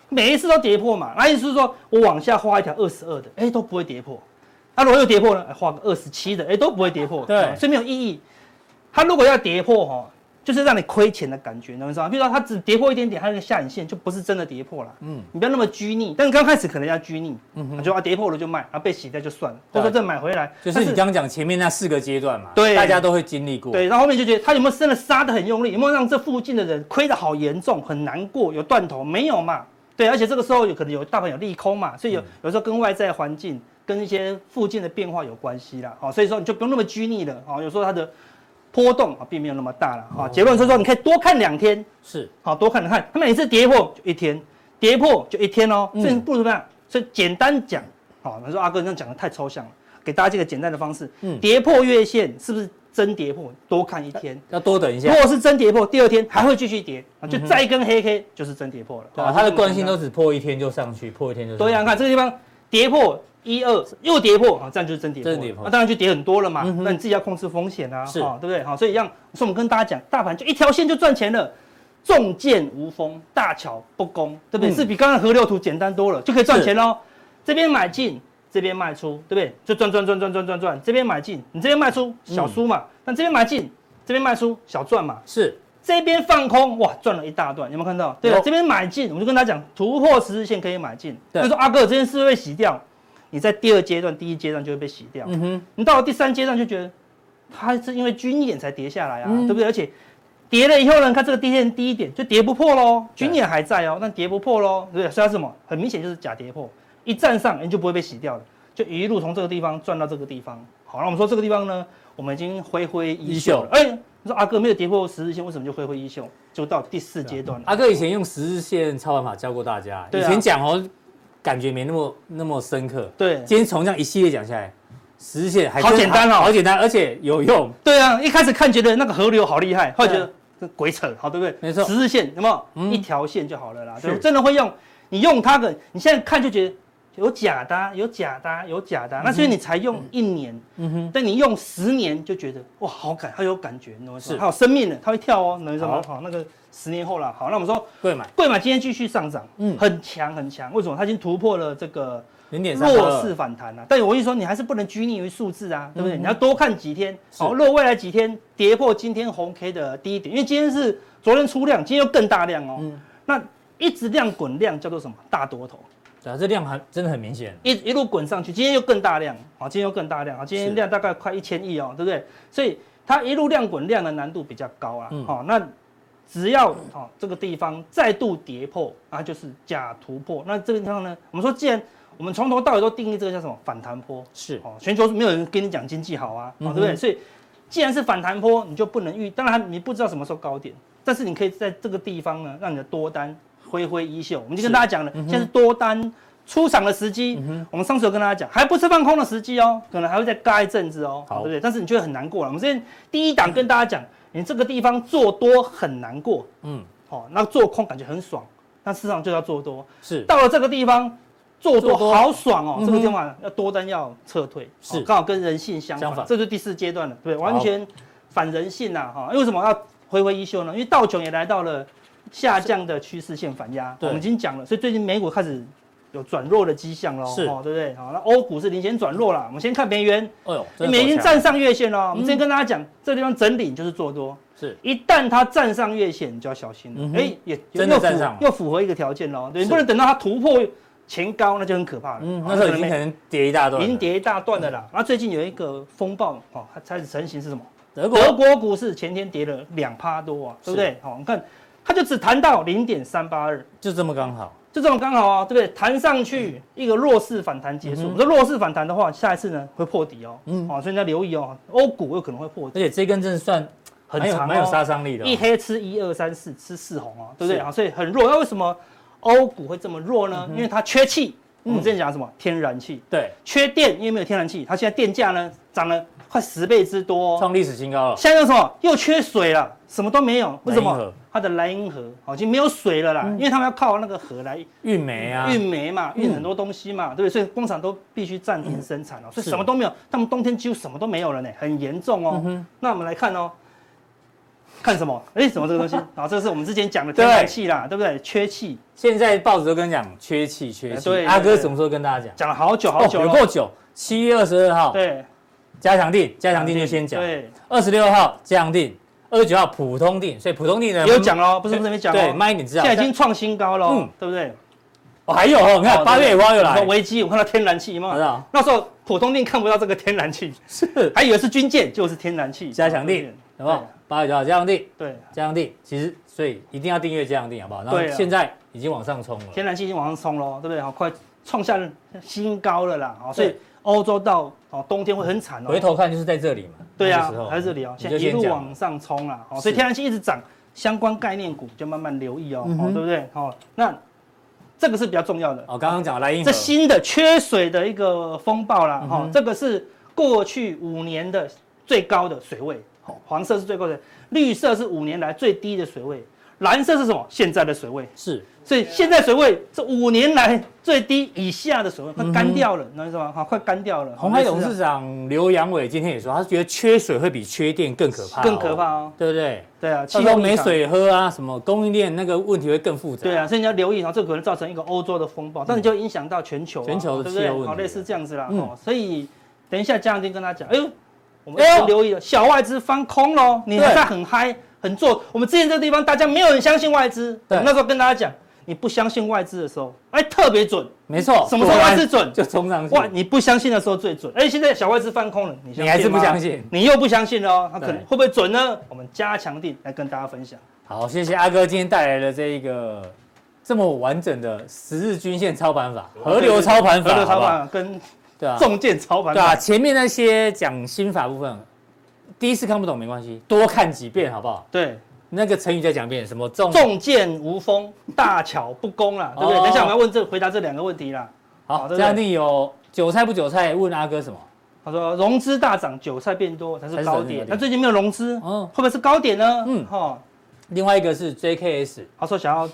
Speaker 2: 每一次都跌破嘛，那意思是说我往下画一条二十二的，哎、都不会跌破。那、如果又跌破呢，哎画个二十七的，哎、都不会跌破，
Speaker 1: 对
Speaker 2: 啊所以没有意义。它如果要跌破哈，就是让你亏钱的感觉，你知道吗？比如说它只跌破一点点，它那个下影线就不是真的跌破了。
Speaker 1: 嗯
Speaker 2: 嗯，你不要那么拘泥，但是刚开始可能要拘泥，嗯，就啊跌破了就卖，然后被洗掉就算了，或
Speaker 1: 对
Speaker 2: 者说再买回来，
Speaker 1: 就是
Speaker 2: 但
Speaker 1: 你刚刚讲前面那四个阶段嘛，
Speaker 2: 对
Speaker 1: 大家都会经历过。
Speaker 2: 对，然后后面就觉得他有没有真的杀的很用力，有没有让这附近的人亏得好严重，很难过，有断头没有嘛？对，而且这个时候有可能有大盘有利空嘛，所
Speaker 1: 嗯
Speaker 2: 以有、有时候跟外在环境跟一些附近的变化有关系啦。好、哦所以说你就不用那么拘泥了。哦好、有时候它的波动啊、并没有那么大了。好、结论是说你可以多看两天，
Speaker 1: 是
Speaker 2: 好、多看看，它每次跌破就一天，跌破就一天哦，所以
Speaker 1: 嗯
Speaker 2: 不如怎么样？所以简单讲，好、你说阿哥这样讲的太抽象了，给大家这个简单的方式，
Speaker 1: 嗯
Speaker 2: 跌破月线是不是真跌破？多看一天。
Speaker 1: 要多等一下嗯
Speaker 2: 如。果是真跌破，第二天还会继续跌，啊就再一根黑 K 就是真跌破了。
Speaker 1: 对啊，
Speaker 2: 就
Speaker 1: 它的
Speaker 2: 这么
Speaker 1: 惯性
Speaker 2: 简单
Speaker 1: 都只破一天就上去，破一天就上去
Speaker 2: 对啊，看这个地方跌破一二又跌破啊，这样就是真跌破了，
Speaker 1: 真跌破
Speaker 2: 那、当然就跌很多了嘛。
Speaker 1: 嗯哼
Speaker 2: 那你自己要控制风险啊，
Speaker 1: 是
Speaker 2: 哦对不对？好、所以一样，所以我们跟大家讲，大盘就一条线就赚钱了。重剑无锋，大巧不工，对不对？
Speaker 1: 嗯
Speaker 2: 是比刚刚的河流图简单多了，就可以赚钱喽。这边买进，这边卖出，对不对？就赚赚赚赚赚赚赚，这边买进，你这边卖出小
Speaker 1: 嗯
Speaker 2: 输嘛，但这边买进，这边卖出小赚嘛，
Speaker 1: 是
Speaker 2: 这边放空，哇，赚了一大段，有没有看到？对
Speaker 1: 有
Speaker 2: 了，这边买进，我们就跟他讲，突破十日线可以买进。
Speaker 1: 对
Speaker 2: 就说啊阿哥，这件事会被洗掉，你在第二阶段、第一阶段就会被洗掉。
Speaker 1: 嗯哼，
Speaker 2: 你到了第三阶段就觉得，它是因为军演才跌下来啊，
Speaker 1: 嗯
Speaker 2: 对不对？而且跌了以后呢，你看这个低点低一点就跌不破喽，军演还在哦，但跌不破喽，对不对？所以它是什么？很明显就是假跌破，一站上你就不会被洗掉了，就一路从这个地方赚到这个地方。好，那我们说这个地方呢，我们已经挥挥衣袖了。哎、你说阿哥没有跌破十日线，为什么就挥挥衣袖？就到第四阶段了。
Speaker 1: 阿哥以前用十日线操盘法教过大家，以
Speaker 2: 对啊
Speaker 1: 前讲哦，感觉没那么那么深刻。
Speaker 2: 对
Speaker 1: 今天从这样一系列讲下来，十日线还
Speaker 2: 好
Speaker 1: 真
Speaker 2: 简单哦
Speaker 1: 好简单，而且有用。
Speaker 2: 对啊，一开始看觉得那个河流好厉害，后来觉得
Speaker 1: 对
Speaker 2: 这鬼扯，好对不对？
Speaker 1: 没错
Speaker 2: 十日线有没有、
Speaker 1: 嗯
Speaker 2: 一条线就好了啦？对
Speaker 1: 是，
Speaker 2: 真的会用，你用它的，你现在看就觉得有假的啊、有假的啊、有假的啊、那所以你才用一年，
Speaker 1: 嗯哼，
Speaker 2: 但你用十年就觉得哇，好感，它有感觉，你懂我意思
Speaker 1: 是
Speaker 2: 吗？它有生命的，它会跳哦，你懂我意思吗？
Speaker 1: 好
Speaker 2: 好，那个十年后了，好，那我们说
Speaker 1: 对买
Speaker 2: 贵买今天继续上涨，
Speaker 1: 嗯
Speaker 2: 嗯，很强很强，为什么？它已经突破了这个。
Speaker 1: 零点三
Speaker 2: 弱势反弹啊。但我跟你说，你还是不能拘泥于数字啊，对不
Speaker 1: 嗯
Speaker 2: 对？你要多看几天，哦
Speaker 1: 是
Speaker 2: 好，若未来几天跌破今天红 K 的低点，因为今天是昨天出量，今天又更大量哦。
Speaker 1: 嗯
Speaker 2: 那一直量滚量叫做什么？大多头，
Speaker 1: 对啊，这量还真的很明显。
Speaker 2: 一一路滚上去，今天又更大量，好，今天又更大量，好，哦今
Speaker 1: 是
Speaker 2: 天量大概快一千亿哦，对不对？所以它一路量滚量的难度比较高啊，好、
Speaker 1: 嗯
Speaker 2: 那只要哦这个地方再度跌破，啊就是假突破，那这个地方呢，我们说既然我们从头到尾都定义这个叫什么反弹坡，
Speaker 1: 是
Speaker 2: 哦，全球没有人跟你讲经济好啊，
Speaker 1: 嗯
Speaker 2: 哦，
Speaker 1: 哼
Speaker 2: 对不对？所以既然是反弹坡，你就不能预，当然你不知道什么时候高点，但是你可以在这个地方呢，让你的多单挥挥衣袖。我们就跟大家讲了，
Speaker 1: 嗯
Speaker 2: 现在是多单出场的时机。我们上次有跟大家讲，还不是放空的时机哦，可能还会再嘎一阵子哦，
Speaker 1: 好
Speaker 2: 哦对不对？但是你就会很难过了。我们之前第一档跟大家讲，你这个地方做多很难过，
Speaker 1: 嗯，
Speaker 2: 哦，那做空感觉很爽，那市场就要做多。
Speaker 1: 是
Speaker 2: 到了这个地方做
Speaker 1: 做
Speaker 2: 多
Speaker 1: 多
Speaker 2: 好爽哦
Speaker 1: 嗯，哼
Speaker 2: 这个地方要多单要撤退，
Speaker 1: 是
Speaker 2: 哦刚好跟人性相
Speaker 1: 相
Speaker 2: 反
Speaker 1: 反，
Speaker 2: 这就是第四阶段了，对，
Speaker 1: 好
Speaker 2: 完全反人性呐哦哈。因为为什么要挥挥衣袖呢？因为道琼也来到了下降的趋势线反压，
Speaker 1: 对
Speaker 2: 我们已经讲了，所以最近美股开始有转弱的迹象喽，
Speaker 1: 是
Speaker 2: 哦，对不对？好，那欧股是领先转弱了，我们先看美元，
Speaker 1: 哎呦，真的
Speaker 2: 美元
Speaker 1: 走强嗯
Speaker 2: 站上月线喽，我们之前跟大家讲，这个地方整理就是做多，
Speaker 1: 是
Speaker 2: 一旦它站上月线，你就要小心
Speaker 1: 嗯
Speaker 2: 了。
Speaker 1: 哼
Speaker 2: 哎、也
Speaker 1: 真的
Speaker 2: 又符
Speaker 1: 站上了
Speaker 2: 又符合一个条件喽，对，
Speaker 1: 是
Speaker 2: 你不能等到它突破前高，那就很可怕了。
Speaker 1: 嗯
Speaker 2: 哦，
Speaker 1: 那时候已
Speaker 2: 可
Speaker 1: 经
Speaker 2: 能
Speaker 1: 可能跌一大段
Speaker 2: 没
Speaker 1: 了，嗯
Speaker 2: 已经跌一大段的啦。然后最近有一个风暴哦，它开始成型是什么？
Speaker 1: 德国
Speaker 2: 德国股市前天跌了两趴多啊，对不对？好、你看它就只谈到零点三八二，
Speaker 1: 就这么刚好，
Speaker 2: 就这种刚好啊，对不对？弹上去一个弱势反弹结束。
Speaker 1: 嗯
Speaker 2: 我
Speaker 1: 哼
Speaker 2: 们说弱势反弹的话，下一次呢会破底哦，
Speaker 1: 嗯
Speaker 2: 哦，所以你要留意哦，欧股有可能会破
Speaker 1: 而
Speaker 2: 底，
Speaker 1: 且这根真的算
Speaker 2: 很
Speaker 1: 蛮有
Speaker 2: 长、哦，
Speaker 1: 蛮有杀伤力的哦，
Speaker 2: 一黑吃一二三四，吃四红哦，对不对
Speaker 1: 是嗯
Speaker 2: 啊？所以很弱。那为什么欧股会这么弱呢？因为它缺气。我们之前讲什么天然气，
Speaker 1: 对，
Speaker 2: 缺电，因为没有天然气，它现在电价呢涨了快十倍之多、哦。
Speaker 1: 创历史新高了，
Speaker 2: 现在又什么又缺水了，什么都没有，为什
Speaker 1: 莱茵河嗯
Speaker 2: 么？它的莱茵河哦已经没有水了啦，因为他们要靠那个河来
Speaker 1: 运煤啊，
Speaker 2: 运煤嘛，
Speaker 1: 嗯
Speaker 2: 运很多东西嘛，对不对？所以工厂都必须暂停生产哦，所以
Speaker 1: 是
Speaker 2: 什么都没有，他们冬天几乎什么都没有了呢，很严重
Speaker 1: 嗯
Speaker 2: 哦。那我们来看哦，看什么？哎，什么这个 东西？啊，这是我们之前讲的
Speaker 1: 对
Speaker 2: 天然气啦，对不对？缺气，
Speaker 1: 现在报纸都跟你讲缺气缺
Speaker 2: 哎
Speaker 1: 气
Speaker 2: 对，
Speaker 1: 阿哥
Speaker 2: 对对
Speaker 1: 什么时候跟大家讲？
Speaker 2: 讲了好久好
Speaker 1: 哦，
Speaker 2: 久
Speaker 1: 有
Speaker 2: 了。
Speaker 1: 够久，七月二十二号
Speaker 2: 对，
Speaker 1: 加强定，加强定就先讲，
Speaker 2: 对，
Speaker 1: 二十六号加强定，二十九号普通定，所以普通定呢
Speaker 2: 也有讲哦，不是不是没讲
Speaker 1: 对，
Speaker 2: 哦。
Speaker 1: 慢一点知道，
Speaker 2: 现在已经创新高了
Speaker 1: 嗯
Speaker 2: 哦，对不对？
Speaker 1: 哦还有哦，你看
Speaker 2: 哦
Speaker 1: 八月
Speaker 2: 对
Speaker 1: 五号又
Speaker 2: 我
Speaker 1: 来
Speaker 2: 说，危机，我看到天然气
Speaker 1: 我知道
Speaker 2: 嘛，那时候普通店看不到这个天然气，
Speaker 1: 是
Speaker 2: 还以为是军舰，就是天然气
Speaker 1: 加强定，好不好？八月九号加强定，
Speaker 2: 对，
Speaker 1: 加强定，其实所以一定要订阅加强定，好不好？然后
Speaker 2: 对啊
Speaker 1: 现在已经往上冲了，
Speaker 2: 天然气已经往上冲喽，对不对？好，快创下新高了啦！哦好，所
Speaker 1: 对
Speaker 2: 以欧洲到哦冬天会很惨哦。
Speaker 1: 回头看就是在这里嘛，
Speaker 2: 对
Speaker 1: 那
Speaker 2: 啊
Speaker 1: 个时候，
Speaker 2: 还是这里哦，
Speaker 1: 你
Speaker 2: 现
Speaker 1: 就
Speaker 2: 在一
Speaker 1: 先
Speaker 2: 路
Speaker 1: 讲
Speaker 2: 往上冲啦。哦，所
Speaker 1: 是
Speaker 2: 以天然气一直涨，相关概念股就慢慢留意哦，
Speaker 1: 嗯
Speaker 2: 哦
Speaker 1: 哼
Speaker 2: 对不对？好，那这个是比较重要的。
Speaker 1: 哦，刚刚讲的莱茵河
Speaker 2: 这新的缺水的一个风暴啦，
Speaker 1: 嗯
Speaker 2: 哈、
Speaker 1: 哼
Speaker 2: 这个是过去五年的最高的水位，哦黄色是最高的，绿色是五年来最低的水位。蓝色是什么？现在的水位，
Speaker 1: 是
Speaker 2: 所以现在水位这五年来最低以下的水位，快干掉了，你知道吗？好，快干掉了。
Speaker 1: 嗯红海
Speaker 2: 董
Speaker 1: 董事长刘阳伟今天也说，他觉得缺水会比缺电更可怕、
Speaker 2: 更可，怕哦。
Speaker 1: 对不对？
Speaker 2: 对啊，
Speaker 1: 气
Speaker 2: 气
Speaker 1: 候
Speaker 2: 候
Speaker 1: 没
Speaker 2: 没水。
Speaker 1: 水喝啊，什么供应链那个问题会更复杂。
Speaker 2: 对啊，所以你要留意哈，这可能造成一个欧洲的风暴，但你就影响到全球啊，
Speaker 1: 嗯全球的
Speaker 2: 对不对
Speaker 1: 气候问题
Speaker 2: 好，类似这样子啦。
Speaker 1: 嗯
Speaker 2: 哦，所以等一下嘉良跟他讲，哎呦，我们
Speaker 1: 哎呦
Speaker 2: 要留意了，小外资翻空喽，你
Speaker 1: 对
Speaker 2: 还在很嗨很做。我们之前这个地方大家没有人相信外资，
Speaker 1: 对
Speaker 2: 我们那时候跟大家讲，你不相信外资的时候，哎，特别准。
Speaker 1: 没错，
Speaker 2: 什么时候外资准？
Speaker 1: 哦就冲上去？
Speaker 2: 哇，你不相信的时候最准。哎，现在小外资翻空了，你
Speaker 1: 你还是不
Speaker 2: 吗
Speaker 1: 相？信？
Speaker 2: 你又不相信了哦，它可能
Speaker 1: 对
Speaker 2: 会不会准呢？我们加强定来跟大家分享。
Speaker 1: 好，谢谢阿哥今天带来的这一个这么完整的十日均线操盘法、河流操盘法，
Speaker 2: 河流
Speaker 1: 好
Speaker 2: 操
Speaker 1: 不好
Speaker 2: 盘跟
Speaker 1: 对啊，
Speaker 2: 重剑操盘
Speaker 1: 对啊，
Speaker 2: 法，
Speaker 1: 前面那些讲心法部分，第一次看不懂没关系，多看几遍好不好？
Speaker 2: 对，
Speaker 1: 那个成语再讲一遍，什么重
Speaker 2: 重剑无锋，大巧不工啦，对不对？
Speaker 1: 哦
Speaker 2: 等一下我们要问这回答这两个问题啦。
Speaker 1: 好，
Speaker 2: 好
Speaker 1: 这
Speaker 2: 对不对
Speaker 1: 样定有韭菜不韭菜？问阿哥什么？
Speaker 2: 他说融资大涨，韭菜变多才
Speaker 1: 才
Speaker 2: 是
Speaker 1: 是
Speaker 2: 高
Speaker 1: 真正的
Speaker 2: 点，
Speaker 1: 点
Speaker 2: 那最近没有融资，
Speaker 1: 哦，
Speaker 2: 会不会是高点呢？
Speaker 1: 嗯
Speaker 2: 嗯，哈，
Speaker 1: 另外一个是 JKS
Speaker 2: 他说想要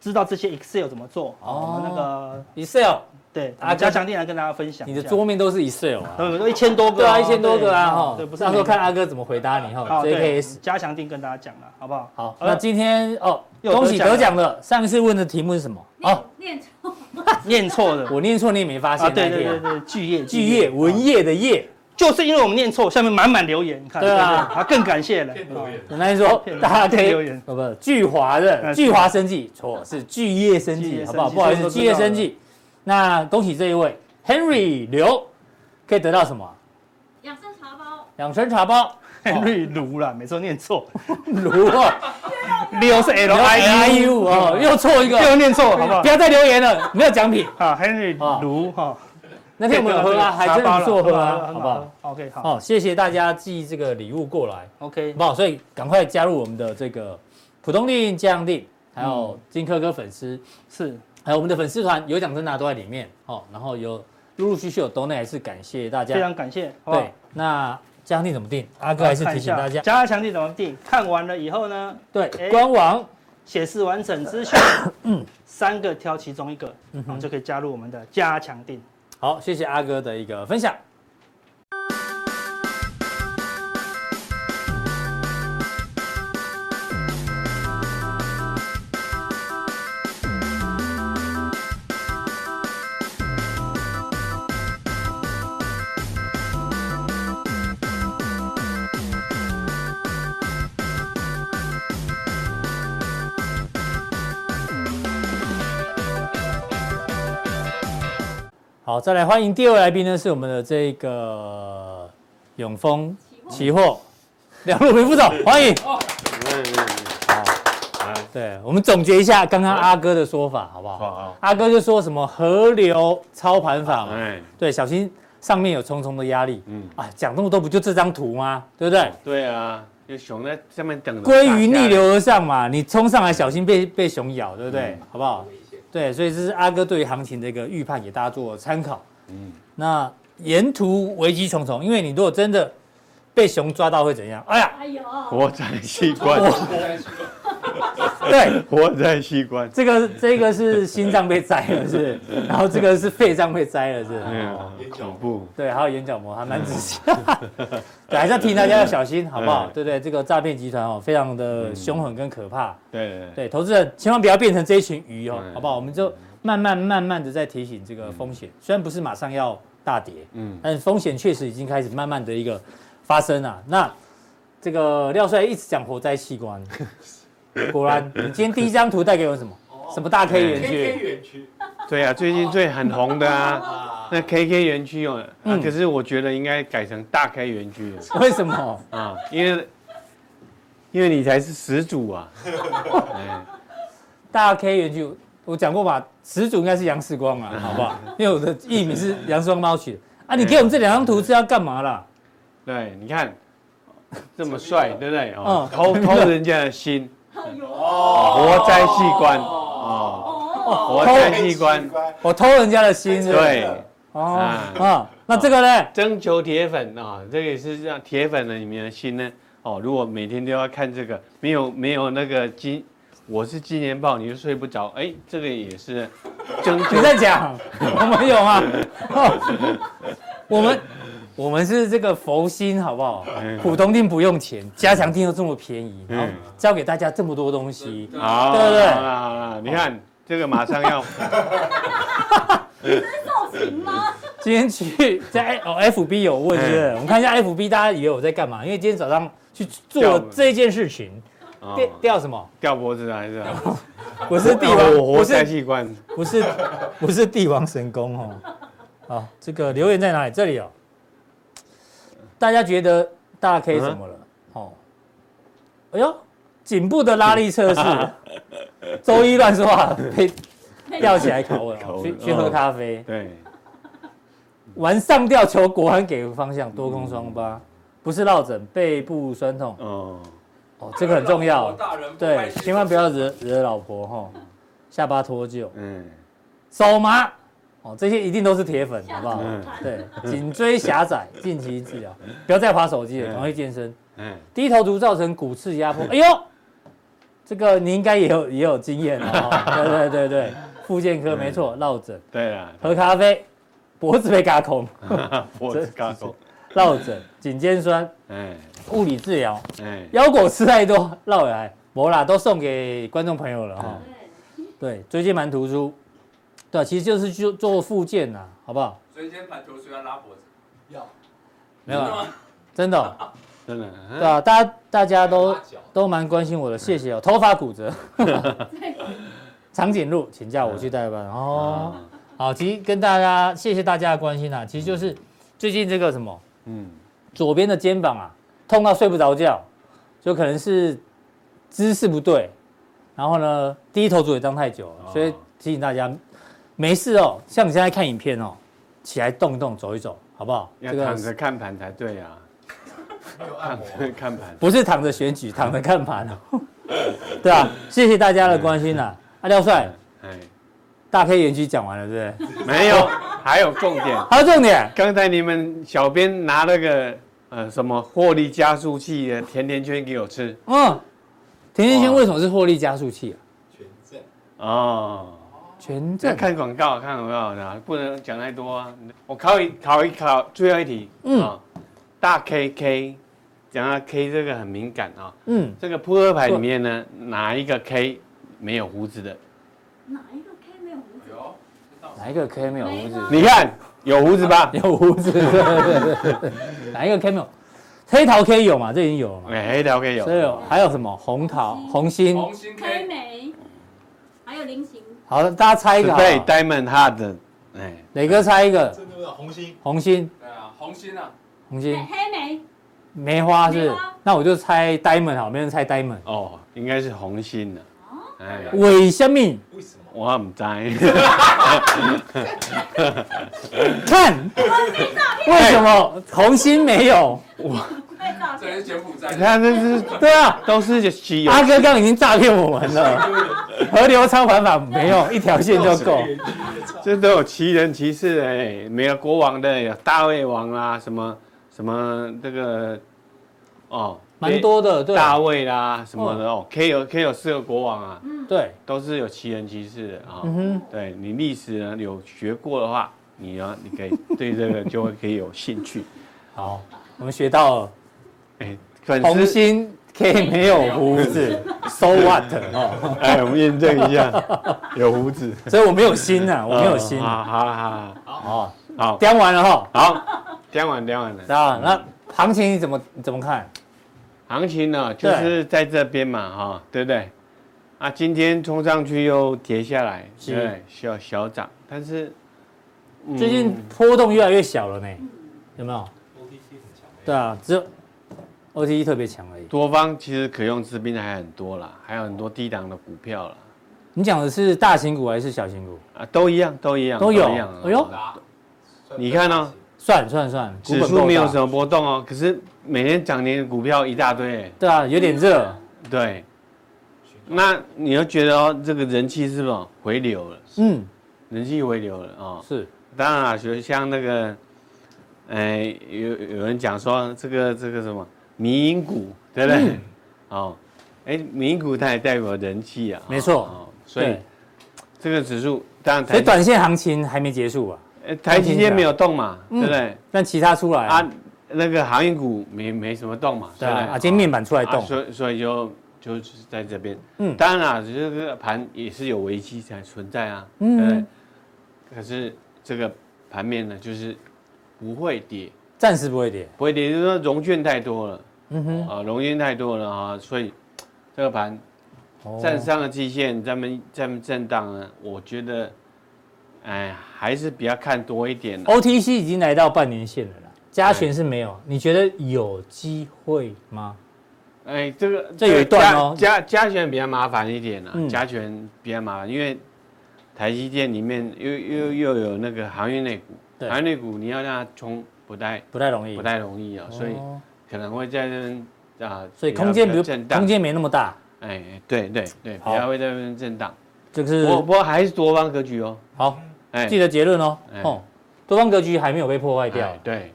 Speaker 2: 知道这些 Excel 怎么做，
Speaker 1: 哦
Speaker 2: 哦，那个
Speaker 1: Excel，
Speaker 2: 对，
Speaker 1: 啊
Speaker 2: 啊，加强定来跟大家分享一
Speaker 1: 你
Speaker 2: 下。
Speaker 1: 的桌面都是 Excel 啊，
Speaker 2: 对，都一千多个
Speaker 1: 对
Speaker 2: 哦，
Speaker 1: 啊，一千多个啊，
Speaker 2: 对
Speaker 1: 哈
Speaker 2: 对，不，是
Speaker 1: 到时候
Speaker 2: 每个
Speaker 1: 看阿哥怎么回答你哈
Speaker 2: 好，对
Speaker 1: ，JKS。
Speaker 2: 加强定跟大家讲了，好不好？
Speaker 1: 好，
Speaker 2: 好
Speaker 1: 那今天哦，
Speaker 2: 又
Speaker 1: 恭喜
Speaker 2: 得奖了
Speaker 1: 得奖了。上一次问的题目是什么？哦，
Speaker 3: 念错，
Speaker 2: 念错的
Speaker 1: 我念错你也没发
Speaker 2: 啊，
Speaker 1: 现。
Speaker 2: 对
Speaker 1: 那一题
Speaker 2: 对对
Speaker 1: 啊，
Speaker 2: 对，巨业
Speaker 1: 巨业文
Speaker 2: 啊
Speaker 1: 业的业，
Speaker 2: 就是因为我们念错，下面满满留言，你看
Speaker 1: 对啊
Speaker 2: 不啊，更感谢 了。哦
Speaker 4: 骗多远？
Speaker 1: 简单说
Speaker 2: 骗，人
Speaker 1: 大家可以
Speaker 2: 留言
Speaker 1: 哦不，巨华的
Speaker 2: 呃
Speaker 1: 巨华生技错是巨业生
Speaker 2: 巨
Speaker 1: 技，
Speaker 2: 业
Speaker 1: 好不好？
Speaker 2: 生技
Speaker 1: 不好意思，
Speaker 2: 这
Speaker 1: 巨
Speaker 2: 个都
Speaker 1: 业
Speaker 2: 知道
Speaker 1: 生技。那恭喜这一位 Henry 刘，可以得到什么啊？
Speaker 3: 养生茶包，
Speaker 1: 养生茶包。
Speaker 2: Henry 卢啦，每次都念错，
Speaker 1: 如啊，
Speaker 2: 六是 L I U
Speaker 1: 哦，又错一个，
Speaker 2: 又念错，好不好
Speaker 1: 不？要再留言了，没有奖品。
Speaker 2: 啊，Henry
Speaker 1: 啊
Speaker 2: 卢哦哈，
Speaker 1: 那天我们有喝啊，还真的不错喝啊，好不好？
Speaker 2: ？OK，好
Speaker 1: 哦，谢谢大家寄这个礼物过来，
Speaker 2: ，OK，
Speaker 1: 好不好？所以赶快加入我们的这个普通定、家阳定，还有金科科粉丝，
Speaker 2: 是
Speaker 1: 还有哎我们的粉丝团有奖征答都在里面哦。然后有陆陆续续有 d o 还是感谢大
Speaker 2: 非
Speaker 1: 家。
Speaker 2: 常感谢，好不啊好
Speaker 1: 对，那家阳定怎么定？阿哥还是提醒大家，
Speaker 2: 加强力怎么定？看完了以后呢，
Speaker 1: 对，
Speaker 2: 哎
Speaker 1: 官网
Speaker 2: 显示完整资讯，三个挑其中一个，然后就可以加入我们的加强定。
Speaker 1: 好，谢谢阿哥的一个分享。好，再来欢迎第二位来宾呢，是我们的这个永丰期货梁路明副总，欢迎。
Speaker 2: 哦
Speaker 1: 对，我们总结一下刚刚阿哥的说法，好不好？
Speaker 4: 好，
Speaker 1: 阿哥就说什么河流操盘法嘛，
Speaker 5: 哎，
Speaker 1: 对，小心上面有重重的压力。
Speaker 5: 嗯，
Speaker 1: 啊，讲那么多不就这张图吗？对不对？
Speaker 5: 对啊，有熊在下面等着。
Speaker 1: 归于逆，流而上嘛，你冲上来小心被被熊咬，对不对？
Speaker 5: 嗯
Speaker 1: 好不好？对，所以这是阿哥对于行情的一个预判，给大家做参考。
Speaker 5: 嗯，
Speaker 1: 那沿途危机重重，因为你如果真的被熊抓到会怎样？哎呀，
Speaker 3: 哎呦，
Speaker 5: 活在器官，
Speaker 1: 哦对，
Speaker 5: 活在器官。
Speaker 1: 这个这个是心脏被摘了是不 是，然后这个是肺脏被摘了是不是，
Speaker 5: 嗯，恐怖。
Speaker 1: 对，还有眼角膜，还蛮仔细。 对，还是要提醒大家要小心，好不好？
Speaker 5: 嗯
Speaker 1: 对对，这个诈骗集团哦，非常的凶狠跟可怕。
Speaker 5: 对对
Speaker 1: 对，投资人千万不要变成这一群鱼哦，
Speaker 5: 嗯
Speaker 1: 好不好？我们就慢慢慢慢的在提醒这个风险，虽然不是马上要大跌，
Speaker 5: 嗯，
Speaker 1: 但是风险确实已经开始慢慢的一个发生啊。那这个廖帅一直讲活摘器 官，果然，你今天第一张图带给我什么？
Speaker 5: 哦
Speaker 1: 什么大 K 园
Speaker 4: ？KK
Speaker 1: 区？
Speaker 4: 园区
Speaker 5: 对啊，最近最很红的啊，
Speaker 4: 啊，
Speaker 5: 那 KK 园区哦，啊
Speaker 1: 嗯
Speaker 5: 可是我觉得应该改成大 K 园区了
Speaker 1: 为什么？
Speaker 5: 啊，因为因为你才是始祖啊。哎
Speaker 1: 大 K 园区，我讲过吧，始祖应该是杨世光
Speaker 5: 嗯
Speaker 1: 啊，好不好？因为我的艺名是杨世光猫取的啊。你给我们这两张图是要干嘛啦？
Speaker 5: 对，你看这么帅，对不对？哦
Speaker 1: 嗯，哦
Speaker 5: 偷偷人家的心，
Speaker 3: 哎呦，
Speaker 2: 哦
Speaker 5: 活摘器官哦，
Speaker 3: 哦，
Speaker 5: 活摘器官，
Speaker 1: 我偷人家的心是不是
Speaker 5: 对。
Speaker 1: 哦
Speaker 5: 啊
Speaker 1: 啊，那这个呢？
Speaker 5: 征求铁粉啊、这个也是让铁粉的里面的心呢。哦，如果每天都要看这个，没有没有那个精我是纪念报，你就睡不着，哎，这个也是争
Speaker 1: 你
Speaker 5: 就
Speaker 1: 在讲， 我们有吗？哦我们我们是这个佛心，好不好？普通定不用钱，加强定又这么便宜，然后
Speaker 5: 哎嗯
Speaker 1: 教给大家这么多东西，
Speaker 5: 好，
Speaker 1: 对不对
Speaker 5: 好了好了，啊你看这个马上要，
Speaker 3: 造型吗？
Speaker 2: 哦
Speaker 1: 今天去在哦，FB 有
Speaker 5: 哎
Speaker 1: 问是不是？我们看一下 FB，大家以为我在干嘛？因为今天早上去做了这件事情，
Speaker 5: 哦
Speaker 1: 掉掉什么？
Speaker 5: 掉脖子啊还是啊？
Speaker 1: 不是帝
Speaker 5: 哦
Speaker 1: 王，
Speaker 5: 我活
Speaker 1: 不
Speaker 5: 塞
Speaker 1: 是
Speaker 5: 器官，
Speaker 1: 不是不是帝王神功哦。好，这个留言在哪里？这里哦。大家觉得大 K 怎么了？哦，哎呦，颈部的拉力测试，周一乱说话被吊起来拷问
Speaker 5: 拷
Speaker 1: 哦，
Speaker 5: 问
Speaker 1: 去去喝
Speaker 5: 哦
Speaker 1: 咖啡。
Speaker 5: 对，
Speaker 1: 玩上吊球，果然给方向，多空双八，不是落枕，背部酸痛，
Speaker 5: 哦，
Speaker 1: 哦，这个很重要，
Speaker 6: 大人不
Speaker 1: 对
Speaker 6: 拍，戏
Speaker 1: 千万不要惹惹老婆哈、吼下巴脱臼，
Speaker 5: 嗯，
Speaker 1: 手麻，哦，这些一定都是铁粉，好不好？
Speaker 5: 嗯
Speaker 1: 对，颈椎狭窄，近期治疗，不要再划手机了，赶快去健身。
Speaker 5: 嗯，
Speaker 1: 低头族造成骨刺压迫，哎呦，这个你应该也有也有经验了、哦，对对对对，复健科没错，落枕，
Speaker 5: 对了，
Speaker 1: 喝咖啡，脖子被嘎空，
Speaker 5: 脖子高高，
Speaker 1: 落枕，颈肩酸，
Speaker 5: 哎
Speaker 1: 物理治疗，
Speaker 5: 哎，
Speaker 1: 腰果吃太多落下来，没啦，都送给观众朋友了哈。
Speaker 3: 对，
Speaker 1: 对，椎间盘突出，对啊，其实就是去做复健呐，好不好？
Speaker 6: 所以今天满头谁要拉脖子？要，
Speaker 1: 没有
Speaker 6: 真的
Speaker 1: 啊，
Speaker 6: 吗？
Speaker 1: 真的哦，
Speaker 5: 真的，嗯
Speaker 1: 对啊，大家大家都
Speaker 4: 八角
Speaker 1: 都蛮关心我的，谢谢
Speaker 5: 嗯
Speaker 1: 哦。头发骨折， 长颈鹿，请假我
Speaker 5: 嗯
Speaker 1: 去代班哦。
Speaker 5: 哦，
Speaker 1: 好，其实跟大家谢谢大家的关心啊，其实就是最近这个什么
Speaker 5: 嗯，
Speaker 1: 左边的肩膀啊，痛到睡不着觉，就可能是姿势不对，然后呢，低头族也当太久了，
Speaker 5: 哦
Speaker 1: 所以提醒大家，没事哦，像你现在看影片哦，起来动一动，走一走，好不好？
Speaker 5: 要躺着看盘才对啊，
Speaker 4: 没有按
Speaker 5: 躺
Speaker 4: 摩，
Speaker 5: 着看盘，
Speaker 1: 不是躺着选举，躺着看盘哦。 对啊，谢谢大家的关心啊，阿廖帅，
Speaker 5: 哎，
Speaker 1: 大 K 园区讲完了，对不对？
Speaker 5: 没有，还有重点，
Speaker 1: 还有重点，
Speaker 5: 刚才你们小编拿那个呃什么获利加速器的甜甜圈给我吃
Speaker 1: 嗯，甜甜圈为什么是获利加速器啊？
Speaker 4: 全正。
Speaker 5: 哦，
Speaker 1: 权
Speaker 5: 在
Speaker 1: 证，
Speaker 5: 看广告看广告的，不能讲太多啊。我考一考一考，最后一题，
Speaker 1: 嗯
Speaker 5: 嗯，大 K K，讲到 K 这个很敏感啊、
Speaker 1: 嗯，
Speaker 5: 这个扑克牌里面呢，哪一个 K 没有胡子的？
Speaker 3: 哪一个 K 没有胡子？
Speaker 6: 有，知道
Speaker 1: 哪一个 K 没有胡子？
Speaker 5: 你看有胡子 吧？
Speaker 1: 有胡子，对对对对，哪一个 K 没有？黑桃 K 有嘛？这已经有了嘛？
Speaker 5: 哎，黑条 K 有，
Speaker 1: 所以有还有什么红桃、红心？
Speaker 6: 红心
Speaker 3: K
Speaker 6: K，
Speaker 3: 眉，还有菱形，
Speaker 1: 好了，大家猜一个好
Speaker 5: 对
Speaker 1: 了。
Speaker 5: ，Diamond Hard，哎，
Speaker 1: 磊哥猜一个，
Speaker 4: 真的红心
Speaker 1: 红心，
Speaker 6: 对啊，红心啊，
Speaker 1: 红
Speaker 3: 黑
Speaker 1: 心，
Speaker 3: 黑眉，
Speaker 1: 梅花是
Speaker 3: 梅花？
Speaker 1: 那我就猜 diamond 好，没人猜 diamond。
Speaker 5: 哦，应该是红心的，哎，
Speaker 1: 为什么？
Speaker 4: 为什么？
Speaker 5: 我唔知。
Speaker 1: 看，为什么红心没有？
Speaker 3: 快照
Speaker 6: 这人柬埔寨
Speaker 5: 你
Speaker 6: 的，
Speaker 5: 看，这是
Speaker 1: 对啊，
Speaker 5: 都是稀有。
Speaker 1: 阿哥刚刚已经诈骗我们了。河流超凡法没有一条线就够。
Speaker 5: 这都有奇人奇事哎、每个国王的有大胃王啦、什么什么这个哦，
Speaker 1: 蛮多的，对
Speaker 5: 大卫啦什么的哦，K 有 K 有四个国王啊，
Speaker 1: 对，
Speaker 5: 都是有奇人奇事的啊、
Speaker 1: 嗯哼，
Speaker 5: 对你历史呢有学过的话，你呢你可以对这个就会可以有兴趣。
Speaker 1: 好，我们学到了。
Speaker 5: 哎，粉
Speaker 1: 红
Speaker 5: 丝
Speaker 1: 心 K 没有胡子，so what 哦，
Speaker 5: 哎，我们验证一下，有 胡子，
Speaker 1: 所以我没有心啊，我没有心
Speaker 5: 哦
Speaker 1: 啊，
Speaker 5: 好好好
Speaker 1: 哦，
Speaker 5: 好
Speaker 1: 刁完了哈，
Speaker 5: 好好，点完点完了。
Speaker 1: 啊，那行情你怎么你怎么看？
Speaker 5: 行情呢、就是在这边嘛，哈、对不对？啊，今天冲上去又跌下来，
Speaker 1: 是
Speaker 5: 对不对，小小涨，但是、嗯
Speaker 1: 最近波动越来越小了呢，有没有？对啊，只有 OTE 特别强而已。
Speaker 5: 多方其实可用之兵还很多啦，还有很多低档的股票啦，
Speaker 1: 你讲的是大型股还是小型股？
Speaker 5: 啊，都一样，都一样，
Speaker 1: 都有
Speaker 5: 一样啊
Speaker 1: 哎呦
Speaker 4: 答。
Speaker 5: 你看哦
Speaker 1: 算算算，股
Speaker 5: 指
Speaker 1: 本
Speaker 5: 数
Speaker 1: 够
Speaker 5: 没有
Speaker 1: 大
Speaker 5: 什。么波动哦，可是每天涨停的股票一大堆、
Speaker 1: 对啊，有点热，
Speaker 5: 对。那你就觉得哦，这个人气是不是回流了？
Speaker 1: 嗯，
Speaker 5: 人气回流了啊、哦
Speaker 1: 是
Speaker 5: 当然啦，学像那个，呃，
Speaker 1: 嗯
Speaker 5: 有有人讲说这个这个什么迷因股，对不对？哦，哎、哎，名股它也代表人气啊，
Speaker 1: 没错
Speaker 5: 哦所以
Speaker 1: 对
Speaker 5: 这个指数当然
Speaker 1: 所
Speaker 5: 台
Speaker 1: 以短线行情还没结束啊，
Speaker 5: 呃台积电没有动嘛，对
Speaker 1: 嗯
Speaker 5: 不对？
Speaker 1: 但其他出来啊
Speaker 5: 啊，，那个航运股没没什么动嘛，
Speaker 1: 对
Speaker 5: 不
Speaker 1: 啊，啊今天面板出来
Speaker 5: 啊
Speaker 1: 动，
Speaker 5: 所以所以就就是在这边。
Speaker 1: 嗯
Speaker 5: 嗯，当然啦，这个盘也是有危机才存在啊。
Speaker 1: 嗯
Speaker 5: 嗯，对不对。可是这个盘面呢，就是不会跌，
Speaker 1: 暂时不会跌。
Speaker 5: 不会跌，就是说融券太多了
Speaker 1: 嗯哼，
Speaker 5: 啊，融券太多了啊，所以这个盘
Speaker 1: 哦
Speaker 5: 站上了季线，咱们咱们震荡呢，我觉得，哎，还是比较看多一点啦
Speaker 1: OTC 已经来到半年线了啦，加权是没有，你觉得有机会吗？
Speaker 5: 哎，这个
Speaker 1: 这有一段哦
Speaker 5: 加加加权比较麻烦一点啊，
Speaker 1: 嗯
Speaker 5: 加权比较麻烦，因为台积电里面又又又有那个航运类股，
Speaker 1: 对
Speaker 5: 航运类股你要让它冲不太
Speaker 1: 不太容易，
Speaker 5: 不太容易啊，
Speaker 1: 哦
Speaker 5: 所以可能会在那边啊，
Speaker 1: 所以
Speaker 5: 比较
Speaker 1: 空间
Speaker 5: 比
Speaker 1: 不
Speaker 5: 较
Speaker 1: 是
Speaker 5: 震荡，
Speaker 1: 空间没那么大，
Speaker 5: 哎，对对对，比
Speaker 1: 好
Speaker 5: 较会在那边震荡，
Speaker 1: 就是
Speaker 5: 不过不过还是多方格局哦，
Speaker 1: 好
Speaker 5: 哎，
Speaker 1: 记得结论哦
Speaker 5: 哎。
Speaker 1: 哦，多方格局还没有被破坏掉
Speaker 5: 哎，对，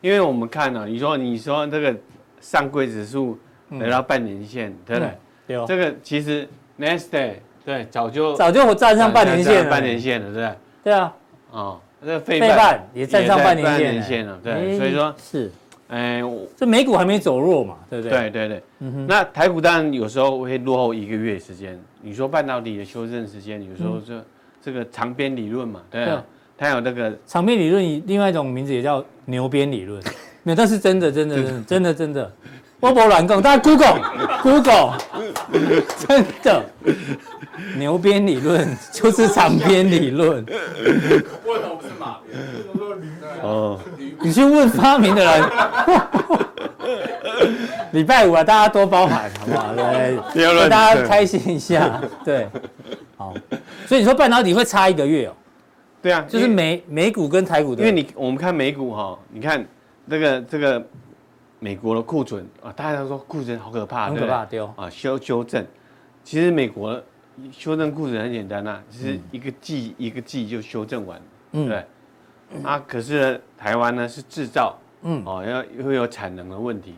Speaker 5: 因为我们看了，你说你说这个上柜指数来到半年线，对不对？
Speaker 1: 嗯对哦，
Speaker 5: 这个其实 next day 对早就
Speaker 1: 早就站上半年线了，
Speaker 5: 半年线了，对不对？
Speaker 1: 对啊，
Speaker 5: 哦，这个
Speaker 1: 费
Speaker 5: 费半
Speaker 1: 半也站上半年线哎
Speaker 5: 也在半年线了，对，所以说，
Speaker 1: 是
Speaker 5: 哎，我
Speaker 1: 这美股还没走弱嘛，对不对？
Speaker 5: 对对对，
Speaker 1: 嗯哼，
Speaker 5: 那台股当然有时候会落后一个月时间，你说半导体的修正时间，有时候这这个长边理论嘛，对
Speaker 1: 嗯对
Speaker 5: 啊，它有那个
Speaker 1: 场面理论另外一种名字也叫牛鞭理 论，没有，但是真的真的真的真的真的，我不乱讲，大家 Google Google，真的牛鞭理论就是场边理论，
Speaker 6: 为什么不是马鞭？为什么说驴？
Speaker 5: 哦，
Speaker 6: 驴
Speaker 1: 你去问发明的人。 礼拜五啊，大家多包涵，好不好？对，
Speaker 5: 不要
Speaker 1: 让
Speaker 5: 乱
Speaker 1: 大家
Speaker 5: 扯
Speaker 1: 开心一下，对，好。所以你说半导体会差一个月哦，
Speaker 5: 对啊，
Speaker 1: 就是
Speaker 5: 因为
Speaker 1: 美美股跟台股的，
Speaker 5: 因为你我们看美股哈、你看这个这个美国的库存啊，大家都说库存好可怕，
Speaker 1: 很
Speaker 5: 对
Speaker 1: 可
Speaker 5: 不对
Speaker 1: 怕对哦
Speaker 5: 啊，修修正，其实美国修正库存很简单呐、啊其实一个季、一个季就修正完，
Speaker 1: 嗯
Speaker 5: 对。啊，可是呢台湾呢是制造，
Speaker 1: 嗯
Speaker 5: 哦，要会有产能的问题，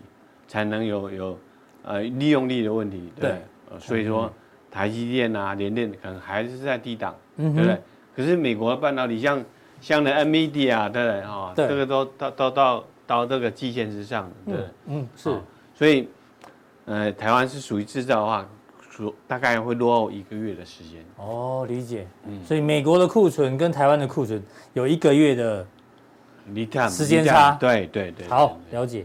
Speaker 5: 产能有有呃利用率的问题，对不对，
Speaker 1: 对
Speaker 5: 呃所以说台积电啊、联电可能还是在低档，
Speaker 1: 嗯哼
Speaker 5: 对不对？可是美国的半导体像像的 NVD 啊，对不对？哦，
Speaker 1: 对
Speaker 5: 这个都到到到到这个季线之上的，对不对
Speaker 1: 嗯。嗯是
Speaker 5: 哦所以呃，台湾是属于制造的话，属大概会落后一个月的时间。
Speaker 1: 哦，理解。
Speaker 5: 嗯
Speaker 1: 所以美国的库存跟台湾的库存有一个月的，
Speaker 5: lead time
Speaker 1: 时间
Speaker 5: lead time，
Speaker 1: 差
Speaker 5: 对对对。
Speaker 1: 好
Speaker 5: 对
Speaker 1: 了解。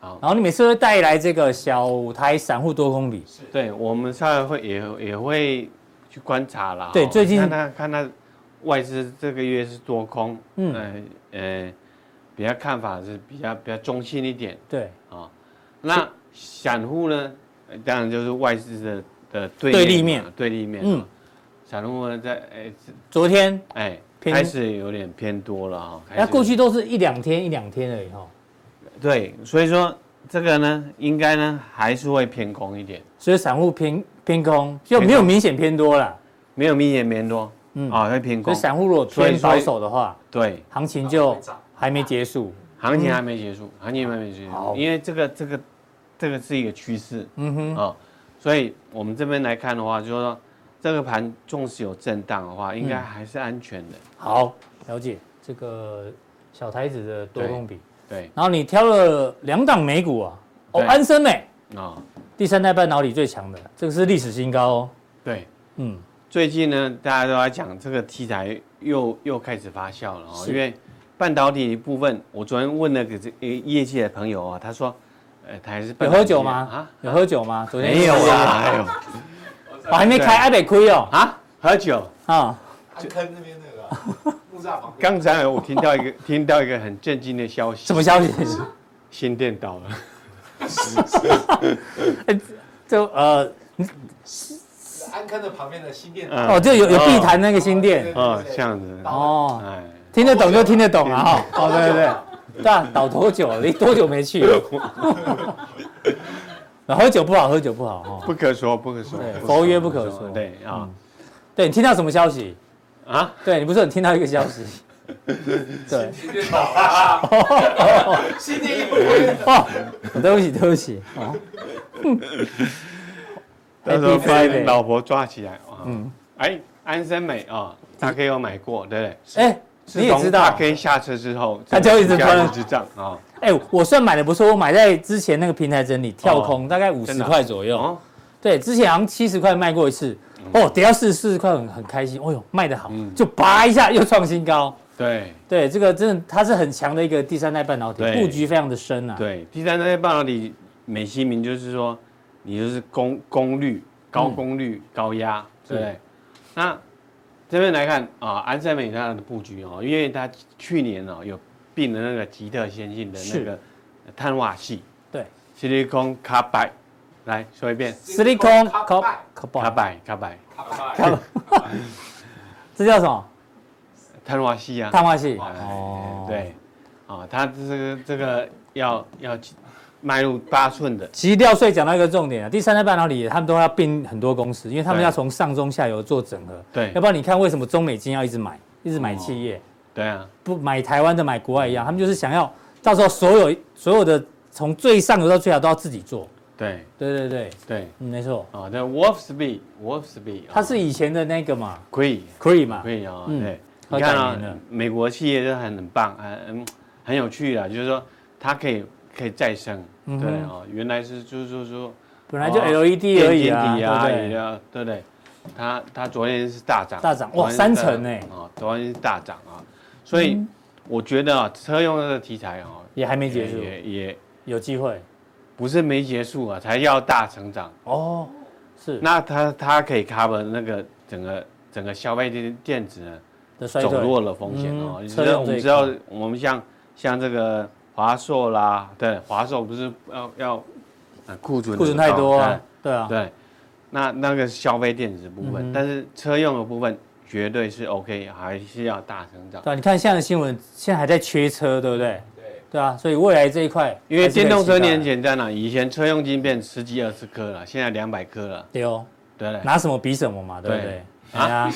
Speaker 5: 好
Speaker 1: 然后你每次会带来这个小台散户多空比，
Speaker 5: 对，对我们稍微会也也会去观察啦。
Speaker 1: 对
Speaker 5: 哦
Speaker 1: 最近
Speaker 5: 看他看他外资这个月是多空，
Speaker 1: 嗯
Speaker 5: 嗯呃呃，比较看法是比较比较中性一点。
Speaker 1: 对，
Speaker 5: 啊。那散户呢，呃当然就是外资的的对
Speaker 1: 对立
Speaker 5: 立
Speaker 1: 面
Speaker 5: 面嘛，对立面。
Speaker 1: 嗯
Speaker 5: 嗯，散户呢在哎
Speaker 1: 昨天
Speaker 5: 哎
Speaker 1: 偏
Speaker 5: 开始有点偏多了哦哈。开始
Speaker 1: 那过去都是一两天一两天而已哈，
Speaker 5: 对，所以说这个呢，应该呢还是会偏空一点，
Speaker 1: 所以散户偏偏空就
Speaker 5: 偏空
Speaker 1: 没有明显偏多啦。
Speaker 5: 没有明显偏多，
Speaker 1: 嗯
Speaker 5: 嗯啊会偏
Speaker 1: 所
Speaker 5: 空
Speaker 1: 以。散户如果
Speaker 5: 所以
Speaker 1: 偏保守的话，
Speaker 5: 对，
Speaker 1: 行情就还没结束。
Speaker 5: 行情还没结束，行情还没结
Speaker 1: 嗯好
Speaker 5: 束，因为这个这个这个是一个趋势
Speaker 1: 嗯哼，
Speaker 5: 啊，所以我们这边来看的话，就是说这个盘纵使有震荡的话，应该
Speaker 1: 嗯
Speaker 5: 还是安全的。
Speaker 1: 好，了解这个小台子的多空比。
Speaker 5: 对
Speaker 1: 然后你挑了两档美股啊，哦，
Speaker 5: 对
Speaker 1: 安森美
Speaker 5: 啊，
Speaker 1: 第三代半导体最强的，这个是历史新高哦。
Speaker 5: 对，
Speaker 1: 嗯，
Speaker 5: 最近呢，大家都在讲这个题材又又开始发酵了哦，
Speaker 1: 是
Speaker 5: 因为半导体部分，我昨天问了个这呃业界的朋友啊，他说，呃，他还是半
Speaker 1: 有
Speaker 5: 导体
Speaker 1: 喝酒吗？
Speaker 5: 啊，
Speaker 1: 有喝酒吗？昨天
Speaker 5: 没有啊，哎呦
Speaker 1: 我还没开，还得亏 哦。
Speaker 5: 啊，喝酒。
Speaker 1: 啊，
Speaker 4: 安坑那边那个啊木栅旁边，
Speaker 5: 刚才我听到 一个听到一个很震惊的消息，
Speaker 1: 什么消息？
Speaker 5: 新店倒了，
Speaker 1: 就呃，
Speaker 4: 安坑的旁边的新店，
Speaker 5: 嗯
Speaker 1: 哦，就有有避谈那个新店
Speaker 4: 对
Speaker 5: 哦，这样子，
Speaker 1: 哦。
Speaker 5: 哎，
Speaker 1: 听得懂就听得懂啊！哈，哦，对对对，对啊，倒多久了？你多久没去 了？喝酒不好，喝酒不好哦哈。
Speaker 5: 不可说，不可说
Speaker 1: 对，
Speaker 5: 不
Speaker 1: 佛曰不可说嗯
Speaker 5: 对啊
Speaker 1: 对你听到什么消息？
Speaker 5: 啊，
Speaker 1: 对你不是很听到一个消 息？对，
Speaker 6: 今天倒了，
Speaker 4: 新店一回，
Speaker 1: 哦，对不起，对不起，哦，
Speaker 5: 到时候
Speaker 1: Happy Friday
Speaker 5: 被老婆抓起来啊。
Speaker 1: 哎嗯
Speaker 5: 嗯，哎，安森美啊，大 K 有买过，对不对？
Speaker 1: 哎，你也
Speaker 5: 自从
Speaker 1: 知道
Speaker 5: 大，K 下车之后，
Speaker 1: 他就一直
Speaker 5: 加
Speaker 1: 喷
Speaker 5: 一直涨啊。
Speaker 1: 哎，我算买的不错，我买在之前那个平台整理跳空，大概五
Speaker 5: 真
Speaker 1: 十
Speaker 5: 的啊
Speaker 1: 块左右。
Speaker 5: 哦，
Speaker 1: 对，之前好像七十块卖过一次，哦，跌到四十四十块很很开心，哦呦，卖得好，
Speaker 5: 嗯
Speaker 1: 就拔一下又创新高。
Speaker 5: 对
Speaker 1: 对，这个真的它是很强的一个第三代半导体，
Speaker 5: 对
Speaker 1: 布局非常的深啊。，
Speaker 5: 对，第三代半导体美其名就是说，你就是功功率高功
Speaker 1: 嗯
Speaker 5: 率高压，对不对？那这边来看啊，安森美它的布局哦，因为它去年哦有并了那个吉特先进的那个碳化系，
Speaker 1: 对
Speaker 5: ，silicon carbide，来说一遍
Speaker 1: ，silicon
Speaker 4: Silicon
Speaker 1: cop
Speaker 4: carbide
Speaker 1: cop，
Speaker 5: ，carbide carbide
Speaker 1: 这叫什么？
Speaker 5: 碳化系啊，
Speaker 1: 碳化系。
Speaker 5: 哎
Speaker 1: 哦，，
Speaker 5: 对，啊，它这个这个要要迈入八寸的，
Speaker 1: 其实廖税讲到一个重点啊，第三代半导体他们都要并很多公司，因为他们
Speaker 5: 对
Speaker 1: 要从上中下游做整合。
Speaker 5: 对
Speaker 1: 要不然你看为什么中美金要一直买，一直买企业，
Speaker 5: 对啊，
Speaker 1: 不买台湾的买国外一样，他们就是想要到时候所有所有的从最上游到最下游都要自己做。
Speaker 5: 对
Speaker 1: 对对对，
Speaker 5: 对。
Speaker 1: 嗯，没错，
Speaker 5: 啊，那 Wolf Speed Wolf Speed，
Speaker 1: 它是以前的那个嘛
Speaker 5: c r e e
Speaker 1: c r e e 嘛
Speaker 5: c，r e e 啊，
Speaker 1: 嗯
Speaker 5: 对，
Speaker 1: 它
Speaker 5: 你看
Speaker 1: 改名
Speaker 5: 啊
Speaker 1: 了，
Speaker 5: 美国企业就很很棒，很嗯很有趣啊，就是说它可以可以再生，
Speaker 1: 嗯
Speaker 5: 对
Speaker 1: 哼
Speaker 5: 哦，原来是就是说说
Speaker 1: 本来就
Speaker 5: 哦
Speaker 1: LED 而已啊，对
Speaker 5: 电晶体啊，
Speaker 1: 不
Speaker 5: 也
Speaker 1: 对？
Speaker 5: 要对不对？它它昨天是大涨，
Speaker 1: 大涨哇
Speaker 5: 昨天是大
Speaker 1: 三成欸
Speaker 5: 啊，昨天是大涨啊，所以我觉得啊，车用这个题材啊，
Speaker 1: 也还没结束，
Speaker 5: 也也
Speaker 1: 有机会
Speaker 5: 不是没结束啊，才要大成长。
Speaker 1: 哦，是
Speaker 5: 那它它可以 cover 那个整个整个消费电电子呢
Speaker 1: 的衰
Speaker 5: 走
Speaker 1: 退，
Speaker 5: 弱的风险哦。
Speaker 1: 嗯
Speaker 5: 你
Speaker 1: 车
Speaker 5: 知
Speaker 1: 用
Speaker 5: 道我们
Speaker 1: 这一
Speaker 5: 知道
Speaker 1: 块
Speaker 5: 我们像像这个华硕啦，对，华硕不是要要呃库存
Speaker 1: 库存太多
Speaker 5: 哦
Speaker 1: 啊，对
Speaker 5: 很高
Speaker 1: 啊，
Speaker 5: 对，对那那个消费电子部
Speaker 1: 嗯
Speaker 5: 分，但是车用的部分绝对是 OK，还是要大成长。
Speaker 1: 对啊，你看现在的新闻，现在还在缺车，对不对？对啊，所以未来这一块，
Speaker 5: 因为电动
Speaker 1: 啊
Speaker 5: 车你很简单了，以前车用晶片十几二十颗了，现在两百颗了，
Speaker 1: 对哦，
Speaker 5: 对不对？
Speaker 1: 拿什么比什么嘛，对不对
Speaker 5: 对？
Speaker 1: 哎呀，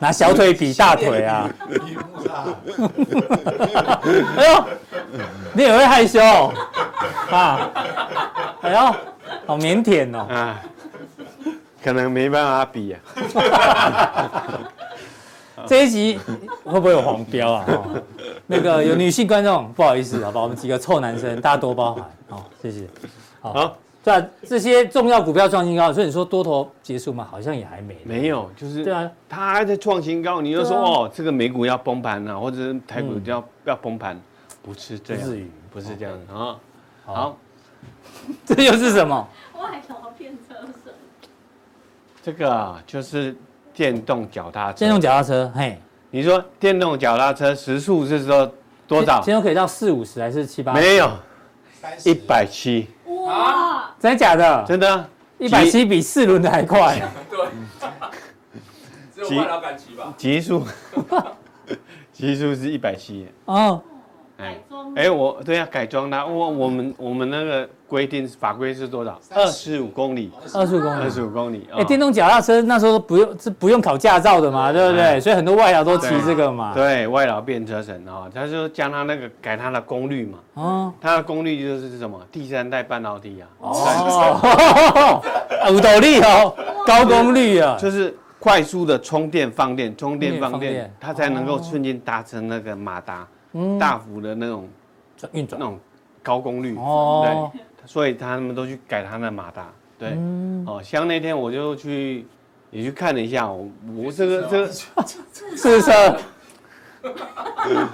Speaker 1: 拿小腿比大腿 啊！
Speaker 4: 一木栅，
Speaker 1: 哎呦，你也会害羞哦啊！哎呦，好腼腆哦。
Speaker 5: 啊，可能没办法比啊。
Speaker 1: 这一集会不会有黄标啊？哦、那个有女性观众，不好意思，好吧，我们几个臭男生，大家多包涵，好、谢谢。好，
Speaker 5: 好
Speaker 1: 对啊，这些重要股票创新高，所以你说多头结束吗？好像也还没。
Speaker 5: 没有，就是
Speaker 1: 对啊，
Speaker 5: 它还在创新高，你就说、
Speaker 1: 对啊嗯
Speaker 5: 哦，这个美股要崩盘了、或者是台股要、要崩盘，不是这样，
Speaker 1: 不至于
Speaker 5: 不是这样的啊。
Speaker 1: 好
Speaker 5: 好，
Speaker 1: 这又是什么？
Speaker 3: 我还想要变车神，
Speaker 5: 这个啊就是电动脚踏车。
Speaker 1: 电动，脚踏车，嘿，
Speaker 5: 你说电动脚踏车时速是说多少？
Speaker 1: 电动可以到四五十还是七八？
Speaker 5: 没有，
Speaker 4: 三十
Speaker 5: 一百七，
Speaker 3: 哇，
Speaker 1: 真的假的？
Speaker 5: 真的啊
Speaker 1: 一百七比四轮的还快，
Speaker 6: 对，只有外劳敢骑吧？
Speaker 5: 极速， 极速是一百七。
Speaker 1: 哦，
Speaker 5: 哎
Speaker 3: 改装
Speaker 5: 哎、我对呀、改装啦。我我们我们那个规定法规是多少？二十
Speaker 4: 30
Speaker 5: 五公里，
Speaker 1: 二十五公
Speaker 5: 二
Speaker 1: 里。
Speaker 5: 十五公里。
Speaker 1: 哎、
Speaker 5: 啊
Speaker 1: 电动脚踏车那时候不用是不用考驾照的嘛，对不对？
Speaker 5: 哎
Speaker 1: 所以很多外劳都骑这个嘛。
Speaker 5: 对外劳变车神啊、哦，他就将他那个改他的功率嘛，
Speaker 1: 哦，
Speaker 5: 他的功率就是什么第三代半导体啊，
Speaker 1: 哦， 有道理哦，高功率啊，
Speaker 5: 就是快速的充电放电，充电放
Speaker 1: 充电放
Speaker 5: 电
Speaker 1: 电，
Speaker 5: 它才能够瞬间达成那个马达、
Speaker 1: 嗯，
Speaker 5: 大幅的那种
Speaker 1: 运
Speaker 5: 那
Speaker 1: 转
Speaker 5: 种高功率，
Speaker 1: 哦，
Speaker 5: 所以他们都去改他的马达。对，
Speaker 1: 嗯，
Speaker 5: 哦，像那天我就去也去看了一下，我我这个这个
Speaker 1: 是车，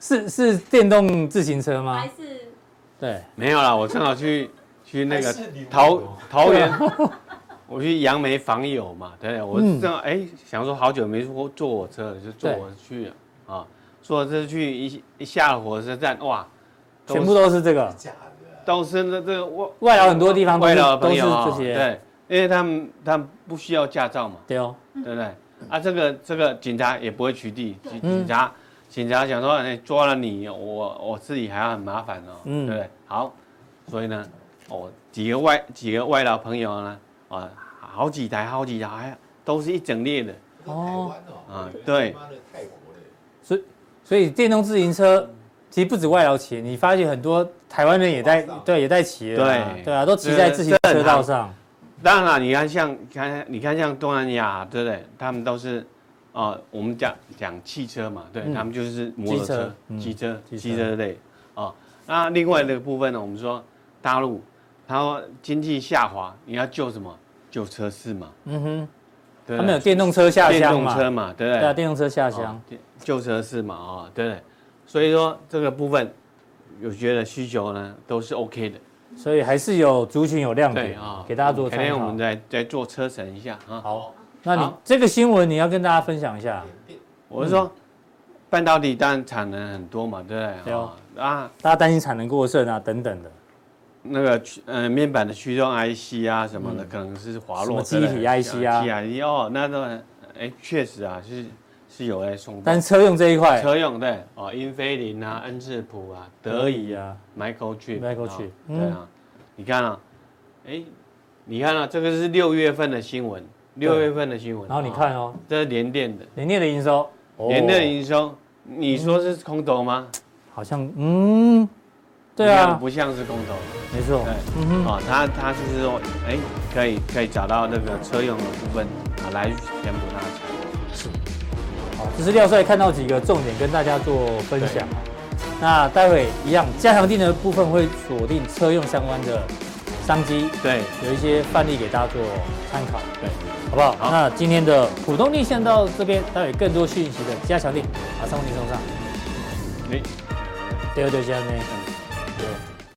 Speaker 1: 是是电动自行车吗
Speaker 3: 还？是
Speaker 1: 对，
Speaker 5: 没有啦，我正好去去那
Speaker 4: 还
Speaker 5: 个
Speaker 4: 是旅游
Speaker 5: 桃桃园， 我去杨梅访友嘛，对不对？我
Speaker 1: 啊嗯
Speaker 5: 正好哎、想说好久没坐坐火车了，就坐火车去了啊。坐火车去一一下了火车站，哇，都
Speaker 1: 全部都是这个，
Speaker 4: 假的，
Speaker 5: 都是那这个外
Speaker 1: 外劳很多地方都
Speaker 5: 外
Speaker 1: 是
Speaker 5: 劳的
Speaker 1: 都
Speaker 5: 朋
Speaker 1: 是
Speaker 5: 友啊
Speaker 1: 这些，
Speaker 5: 对，因为他们他们不需要驾照嘛，
Speaker 1: 对哦，
Speaker 5: 对不对？啊，这个这个警察也不会取缔，警
Speaker 1: 嗯
Speaker 5: 警察警察想说，哎，抓了你，我我自己还要很麻烦哦，
Speaker 1: 嗯
Speaker 5: 对不对？好，所以呢，哦，几个外几个外劳朋友呢，啊，好几台好几台，还都是一整列的，
Speaker 4: 台湾哦，
Speaker 5: 哦
Speaker 4: 我以为
Speaker 5: 对
Speaker 4: 他妈的泰国嘞，
Speaker 1: 所以电动自行车。其实不止外劳骑，你发现很多台湾人也在
Speaker 4: 哇塞
Speaker 1: 对也在骑了啊，
Speaker 5: 对
Speaker 1: 对啊，都骑在自行车道上，
Speaker 5: 当然了，你看像你看你看像东南亚，对不对？他们都是啊、呃我们讲讲汽车嘛，对、
Speaker 1: 嗯
Speaker 5: 他们就是摩托车、
Speaker 1: 机
Speaker 5: 机车、
Speaker 1: 机车
Speaker 5: 机车类啊、那另外的部分呢，我们说大陆，然后经济下滑，你要救什么？救车市嘛，
Speaker 1: 嗯哼，
Speaker 5: 对
Speaker 1: 他们
Speaker 5: 不对
Speaker 1: 有？电动车下
Speaker 5: 电
Speaker 1: 乡
Speaker 5: 动
Speaker 1: 嘛？
Speaker 5: 车嘛，对不对？
Speaker 1: 对啊，电动车下乡
Speaker 5: 哦。对旧车市嘛，啊、对不对？所以说这个部分，有觉得需求呢都是 OK 的，
Speaker 1: 所以还是有族群有亮
Speaker 5: 对
Speaker 1: 点
Speaker 5: 啊、
Speaker 1: 给大家做
Speaker 5: 改天
Speaker 1: 参
Speaker 5: 我
Speaker 1: 考
Speaker 5: 们。再再做车神一下啊。
Speaker 1: 好，那你
Speaker 5: 好
Speaker 1: 这个新闻你要跟大家分享一下，
Speaker 5: 我是说，半导体当然产能很多嘛，对不对？
Speaker 1: 对哦
Speaker 5: 啊啊，
Speaker 1: 大家担心产能过剩啊等等的，
Speaker 5: 那个驱呃面板的驱动 IC 啊什么的，可能是滑落
Speaker 1: 嗯什么记忆体 IC 啊
Speaker 5: 记忆 IC 哦，那都很哎确实啊是是有在送
Speaker 1: 但
Speaker 5: 单
Speaker 1: 是车用这一块，
Speaker 5: 车用对哦，英飞凌啊、恩智浦啊、德仪啊、
Speaker 1: 啊，
Speaker 5: Michael Chip
Speaker 1: Michael 嗯
Speaker 5: 啊
Speaker 1: Chip，
Speaker 5: 对啊，你看啊，哎，你看啊，这个是六月份的新闻，六月份的新闻，
Speaker 1: 然后你
Speaker 5: 啊，
Speaker 1: 看哦，
Speaker 5: 这是联电的，
Speaker 1: 联电的营收，哦
Speaker 5: 联电的营收，你说是空头吗？
Speaker 1: 好像嗯，对
Speaker 5: 你看
Speaker 1: 啊，
Speaker 5: 不像是空头，
Speaker 1: 没错
Speaker 5: 对，，
Speaker 1: 嗯哼，
Speaker 5: 哦，他他就是说，哎，可以可以找到那个车用的部分啊，来填补它的产能。
Speaker 1: 好，这是廖帅看到几个重点跟大家做分享。那待会一样，加强定的部分会锁定车用相关的商机，
Speaker 5: 对
Speaker 1: 有一些范例给大家做参考。
Speaker 5: 对，
Speaker 1: 好不好？
Speaker 5: 好
Speaker 1: 那今天的浦东立线到这边，待会更多讯息的加强力，马上为您送上。
Speaker 5: 哎，
Speaker 1: 对对，现在呢。